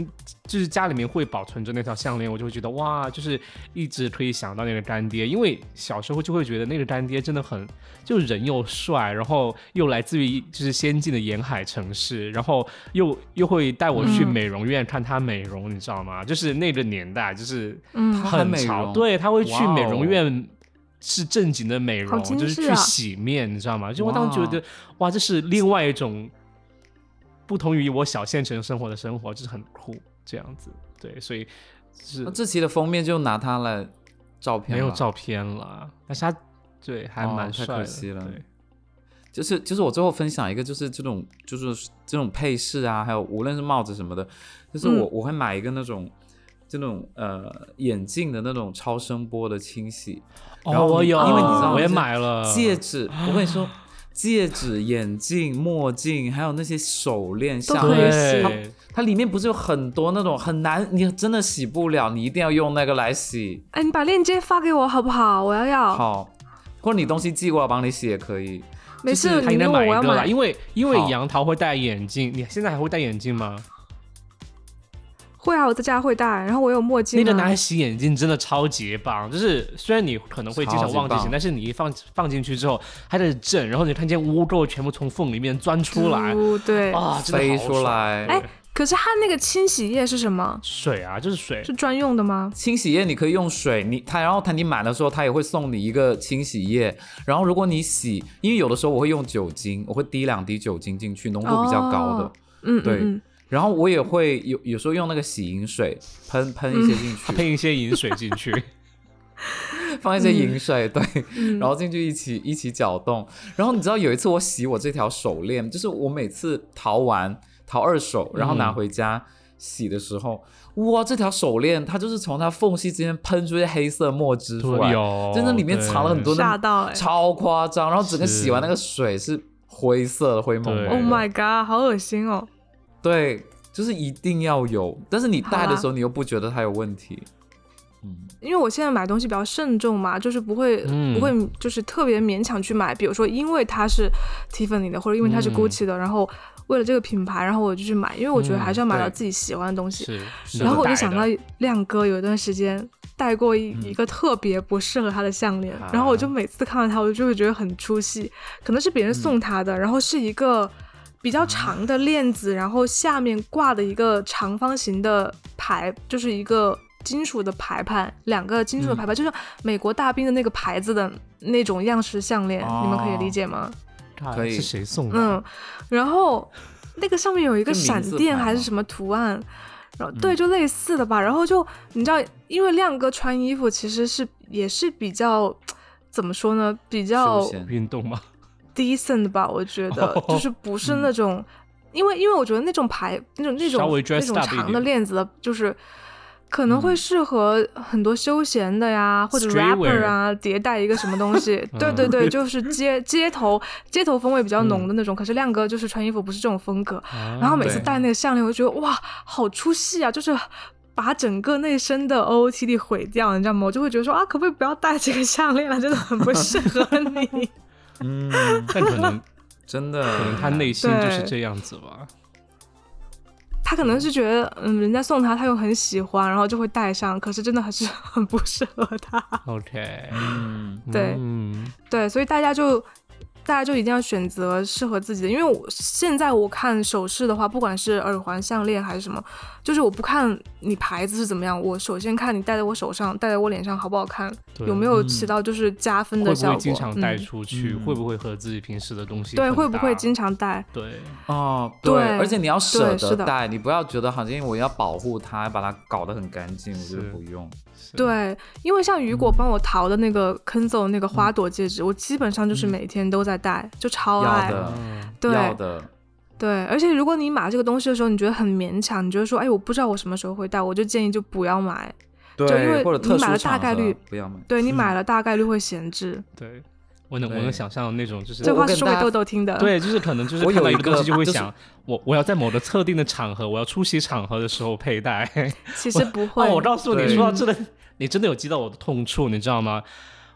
C: 就是家里面会保存着那条项链，我就会觉得哇，就是一直可以想到那个干爹，因为小时候就会觉得那个干爹真的很，就人又帅，然后又来自于就是先进的沿海城市，然后又又会带我去
B: 嗯
C: 美容院看他美容，你知道吗？就是那个年代，就是
A: 他
B: 嗯，
A: 还
C: 很
A: 美容
C: 潮，对，他会去
A: 哇哦
C: 美容院。是正经的美
B: 好
C: 容，
B: 精
C: 就是
B: 致
C: 去
B: 啊
C: 洗面，你知道吗？就我当时觉得，哇，这是另外一种不同于我小县城生活的生活，就是很酷这样子。对，所以就是
A: 那这期的封面就拿它来照片，
C: 没有，照片了，但是他对还
A: 哦
C: 蛮
A: 太
C: 帅
A: 可
C: 的，
A: 惜了
C: 对，
A: 就是就是我最后分享一个，就是这种就是这种配饰啊，还有无论是帽子什么的，就是我、我会买一个那种。这种呃眼镜的那种超声波的清洗，然后
C: 哦我
A: 你
C: 有，
A: 因为你知道
C: 我也
A: 就是
C: 买了
A: 戒指，我跟你说，戒指、眼镜、墨镜，还有那些手链、项
B: 可以
A: 链，
B: 洗
A: 它
C: 对
A: 它里面不是有很多那种很难，你真的洗不了，你一定要用那个来洗。
B: 哎，你把链接发给我好不好？我要要。
A: 好，或者你东西寄过来，帮你洗也可以。
B: 没
A: 就
B: 事，
A: 是
C: 他
B: 你
C: 应该
B: 问我，
C: 买
B: 我
C: 一
B: 要
C: 个啦，
B: 买。
C: 因为因为
A: 好
C: 杨桃会戴眼镜，你现在还会戴眼镜吗？
B: 会啊，我在家会戴，然后我有墨镜、
C: 那
B: 啊。
C: 个拿来洗眼镜真的超级棒，就是虽然你可能会经常忘
A: 超级
C: 记洗
A: 棒，
C: 但是你一放放进去之后，它的震，然后你看见污垢全部从缝里面钻出来，
B: 对，
C: 啊，真的
A: 飞
C: 好
A: 出
C: 爽。
A: 来，
B: 哎，可是它那个清洗液是什么？
C: 水啊，就是水，
B: 是专用的吗？
A: 清洗液你可以用水，你它然后它你买的时候它也会送你一个清洗液，然后如果你洗，因为有的时候我会用酒精，我会滴两滴酒精进去，浓度比较高的，
B: 哦嗯，
A: 对
B: 嗯
A: 然后我也会有有时候用那个洗银水喷喷
B: <laughs>
A: 一些进去，
C: 配一些饮水进去。
A: 放一些银水，对，
B: 嗯
A: 然后进去一起一起搅动。然后你知道有一次我洗我这条手链，就是我每次淘完淘二手，然后
B: 嗯
A: 拿回家洗的时候，哇，这条手链它就是从它缝隙之间喷出一些黑色墨汁出来，
C: 有
A: 真的里面藏了很多
B: 嗯，
A: 那
B: 吓到哎、
A: 超夸张。然后整个洗完那个水是灰色的，灰蒙蒙的。
C: 对
B: o h Oh my god，好恶心哦！
A: 对，就是一定要有，但是你戴
B: 好
A: 的
B: 啊
A: 时候你又不觉得它有问题。嗯，
B: 因为我现在买东西比较慎重嘛，就是不会、
C: 嗯
B: 不会就是特别勉强去买，比如说因为它是 Tiffany 的，或者因为它是
C: 嗯
B: Gucci 的，然后为了这个品牌，然后我就去买，因为我觉得还是要买到
C: 嗯
A: 对
B: 自己喜欢的东西。
C: 是，是
B: 然后我就
C: 带
B: 想
C: 的
B: 到亮哥有一段时间戴过一一个特别不适合他的项链，然后我就每次看到他，我就会觉得很出戏，可能是别人送他的，然后是一个比较长的链子，然后下面挂的一个长方形的牌，就是一个。金属的牌盘，两个金属的牌盘，就是美国大兵的那个牌子的那种样式项链，你们可以
A: 哦
B: 理解吗？
A: 可以
C: 是谁送的？
B: 嗯，然后那个上面有一个
A: 是名
B: 闪
A: 字嗯
B: 电
A: 牌
B: 还是
A: 吗
B: 什么图案，然后对，就类似的吧。然后就你知道，因为亮哥穿衣服其实是也是比较怎么说呢，比较
A: 休闲
C: 运动吗？
B: decent 吧，我觉得就是
C: <laughs>
B: 不是那种，因为因为我觉得那种牌那种那
C: 嗯稍
B: 种
C: 微
B: 那
C: dressed
B: 种
C: up 一
B: 长
C: 点嗯
B: 的链子的，就是。可能会适合很多休闲的呀，或者
C: Streetwear 嗯
B: rapper 啊，迭代一个什么东
C: <laughs>
B: 西。对对对，就是街街头街头风味比较浓的那种。可是亮哥就是穿衣服不是这种风格，
C: 嗯
B: 然后每次
A: 对
B: 戴那个项链，我就觉得哇，好出戏啊，就是把整个内身的 OOTD 毁掉，你知道吗？我就会觉得说啊，可不可以不要戴这个项链了、啊真的很不适合你。
A: 嗯，
C: 但可能
A: 真的，
C: 可能他内心就是这样子吧。
B: 他可能是觉得，嗯，人家送他，他又很喜欢，然后就会戴上，可是真的还是 <laughs> 很不适合他。
C: OK，
A: 嗯，
B: 对
C: 嗯，
B: 对，所以大家就，大家就一定要选择适合自己的，因为我现在我看首饰的话，不管是耳环、项链还是什么，就是我不看你牌子是怎么样，我首先看你戴在我手上、戴在我脸上好不好看，
C: 对
B: 有没有
A: 嗯
B: 起到就是加分
C: 会
B: 的
C: 不
B: 效果。
C: 会经常带
B: 嗯
C: 出去？
A: 嗯
C: 会不会和自己平时的东西
B: 对，
C: 混
B: 会不会
C: 搭
B: 经常戴？
C: 对？
A: 哦，
B: 对
A: 而且你要舍
B: 对是
A: 得
B: 的
A: 戴，你不要觉得好像我要保护它，把它搞得很干净，我觉得
C: 是
A: 不用。
C: 是，
B: 对，因为像雨
C: 嗯
B: 果帮我淘的那个 Kenzo 那个花朵戒指，我基本上就是每天都在戴，就超
A: 要
B: 爱。
A: 的
C: 嗯
B: 对，
A: 要的，
B: 对，而且如果你买这个东西的时候，你觉得很勉强，你觉得说，哎，我不知道我什么时候会戴，我就建议就不要买。因为
A: 或者特
B: 你买
A: 殊
B: 了大
A: 场
B: 概
A: 合
B: 率
A: 不要买。 <laughs>
B: 对你买了，大概率会闲置。
C: 对，我能我
A: 对
C: 能想象那种就是
B: 这
A: 我
B: 话
A: 跟
B: 是说给
A: 大家
B: 豆豆听的。，
C: 对，就是可能就是
A: 我
C: 看
A: 有
C: 到
A: 一
C: 一个东
A: 个
C: 西
A: 啊
C: 就会
A: 就是
C: 想，我我要在某个特定的场合，我要出席场合的时候佩
B: <laughs>
C: 戴。
B: 其实
A: <laughs>
B: 不会。嗯
C: 哦，我告诉你，
A: 对
C: 说到这个，你真的有击到我的痛处，你知道吗？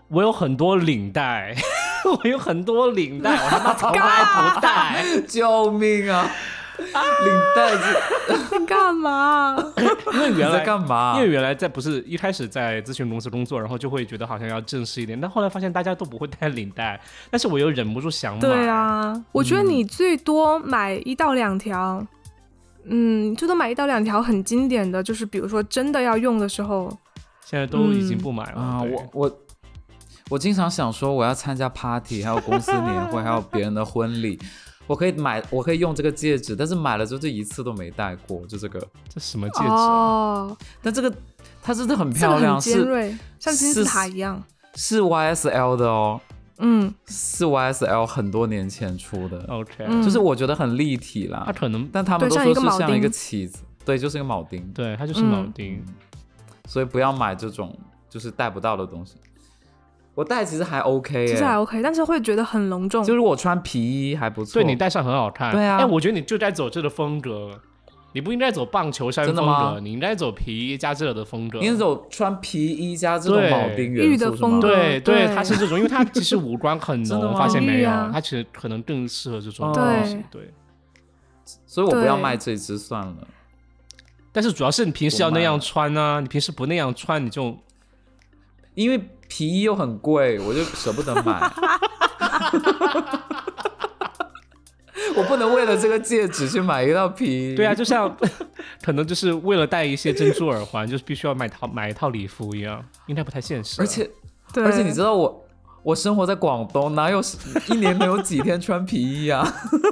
C: 我有很多领带， <laughs> 我有很多领带，我他妈从来
B: <laughs>
C: 不戴。
A: 救命啊！ <laughs> 领带子
B: 你干嘛？
C: <laughs> 因为
A: 你
C: 原
A: 在
C: 来
A: 干嘛
C: 因为？原来在不是一开始在咨询公司工作，然后就会觉得好像要正式一点，但后来发现大家都不会戴领带，但是我又忍不住想买。
B: 对，啊，
A: 嗯
B: 我觉得你最多买一到两条。嗯，最多买一到两条很经典的，就是比如说真的要用的时候，
C: 现在都已经不买了。
A: 啊，
C: 对
A: 我我我经常想说，我要参加 party，还有公司年会，还有别人的婚礼。我可以买，我可以用这个戒指，但是买了之后就一次都没戴过，就这个。
C: 这什么戒指啊？
B: 哦，
A: 但这个它真的很
B: 这个
A: 漂
B: 很
A: 亮，
B: 尖
A: 是
B: 锐，像金字
A: 是
B: 塔一样。
A: 是 YSL 的哦，
B: 嗯，
A: 是 YSL 很多年前出的，
C: OK，
B: 嗯
A: 就是我觉得很立体啦
C: 它。可能
A: 但他们
B: 啊对
A: 都
B: 像
A: 说
B: 一个铆
A: 是像一个
B: 钉
A: 起子，对，就是个铆钉，
C: 对它就是铆
B: 嗯
C: 钉。
A: 所以不要买这种就是戴不到的东西。我戴其实还 OK，、欸、
B: 其实还 OK，但是会觉得很隆重。
A: 就是我穿皮衣还不错。
C: 对你戴上很好看。
A: 对啊
C: 哎，我觉得你就该走这个风格，你不应该走棒球衫
A: 真的
C: 风
A: 吗
C: 格，你应该走皮衣加这的风格。
A: 你是走穿皮衣加这种
C: 对
A: 铆钉
B: 玉
A: 元
B: 的
A: 素是
B: 风
A: 吗？
B: 格
C: 对对，
B: 对
C: 它是这种，因为它其实五
A: <laughs>
C: 官很
A: 真的
C: 浓，
A: 吗
C: 发现没有
B: 绿啊，
C: 它其实可能更适合这种
A: 哦
C: 东西。对，
A: 所以我不要
B: 对
A: 卖这只算了。
C: 但是主要是你平时要那
A: 我
C: 样
A: 买
C: 穿啊，你平时不那样穿，你就
A: 因为皮衣又很贵，我就舍不得买。 <laughs> 我不能为了这个戒指去买一道皮。
C: 对啊，，就像 <laughs> 可能就是为了戴一些珍珠耳环， <laughs> 就是必须要买套买一套礼服一样，应该不太现实。啊
A: 而，且
B: 对，
A: 而且你知道我。我生活在广东，哪有一年能有几天穿皮衣啊？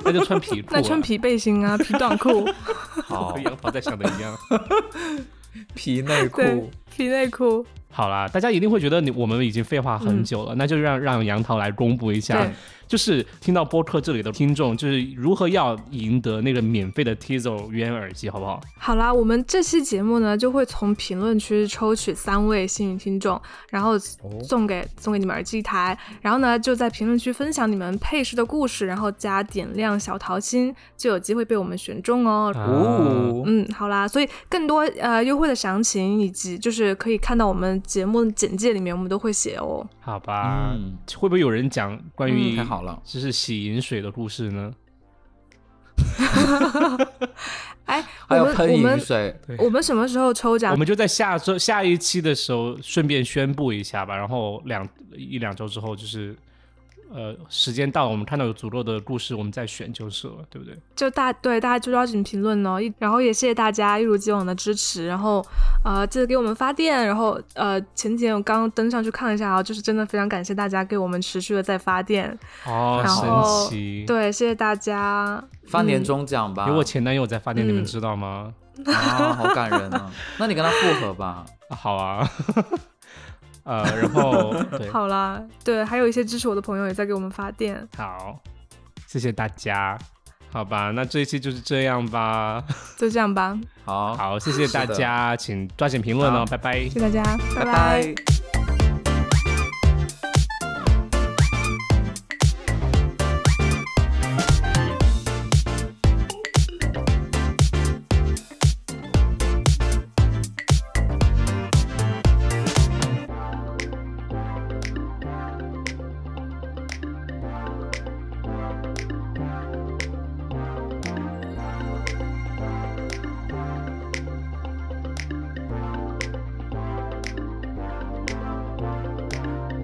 C: 那就穿皮裤、
B: <laughs> 那
C: 啊，<laughs>
B: 穿皮背心啊，皮短裤，
A: <laughs> 好
C: 和，杨桃在想的一样。
A: 皮内裤，
B: 对，皮内裤，
C: 好啦，大家一定会觉得你我们已经废话很久
A: 嗯
C: 了，那就让让杨桃来公布一下
B: 对，
C: 就是听到播客这里的听众，就是如何要赢得那个免费的 Tizo 语言耳机，好不好？
B: 好啦，我们这期节目呢，就会从评论区抽取三位幸运听众，然后
A: 哦
B: 送给、送给你们耳机一台，然后呢就在评论区分享你们配饰的故事，然后加点亮小桃心，就有机会被我们选中哦。
C: 啊
A: 哦，
B: 嗯，好啦，所以更多呃优惠的详情以及就是可以看到我们节目简介里面，我们都会写哦。
C: 好吧，
A: 嗯
C: 会不会有人讲关于
A: 嗯太好了
C: 就是洗饮水的故事呢？
B: 哎，我
A: 还有
B: 们
A: 喷
B: 我
A: 饮
B: 们
A: 水，
B: 我们什么时候抽奖
C: 我？们就在下周下一期的时候顺便宣布一下吧，然后两一两周之后就是。呃，时间到了，我们看到有足够的故事，我们再选就是了，对不对？
B: 就大对大家就抓紧评论哦，一然后也谢谢大家一如既往的支持，然后呃记得给我们发电，然后呃前几天我刚登上去看了一下啊，就是真的非常感谢大家给我们持续的在发电，
A: 嗯
C: 哦，
B: 然后
C: 神奇！
B: 对，谢谢大家。
A: 发年终奖吧。
C: 有我前男友在发电，你们
B: 嗯
C: 知道吗？
A: 啊，好感人啊！那你跟他复合吧。
C: 啊好啊， <laughs> 呃，
B: <laughs>
C: 然后对，
B: 好啦，对，还有一些支持我的朋友也在给我们发电，
C: 好，谢谢大家，好吧，那这一期就是这样 <laughs> 吧，
B: 就这样吧，
A: 好，
C: <laughs> 好，谢谢大
A: 是的
C: 家，请抓紧评论哦，拜拜
B: 谢谢大家，
A: 拜
B: 拜
A: 拜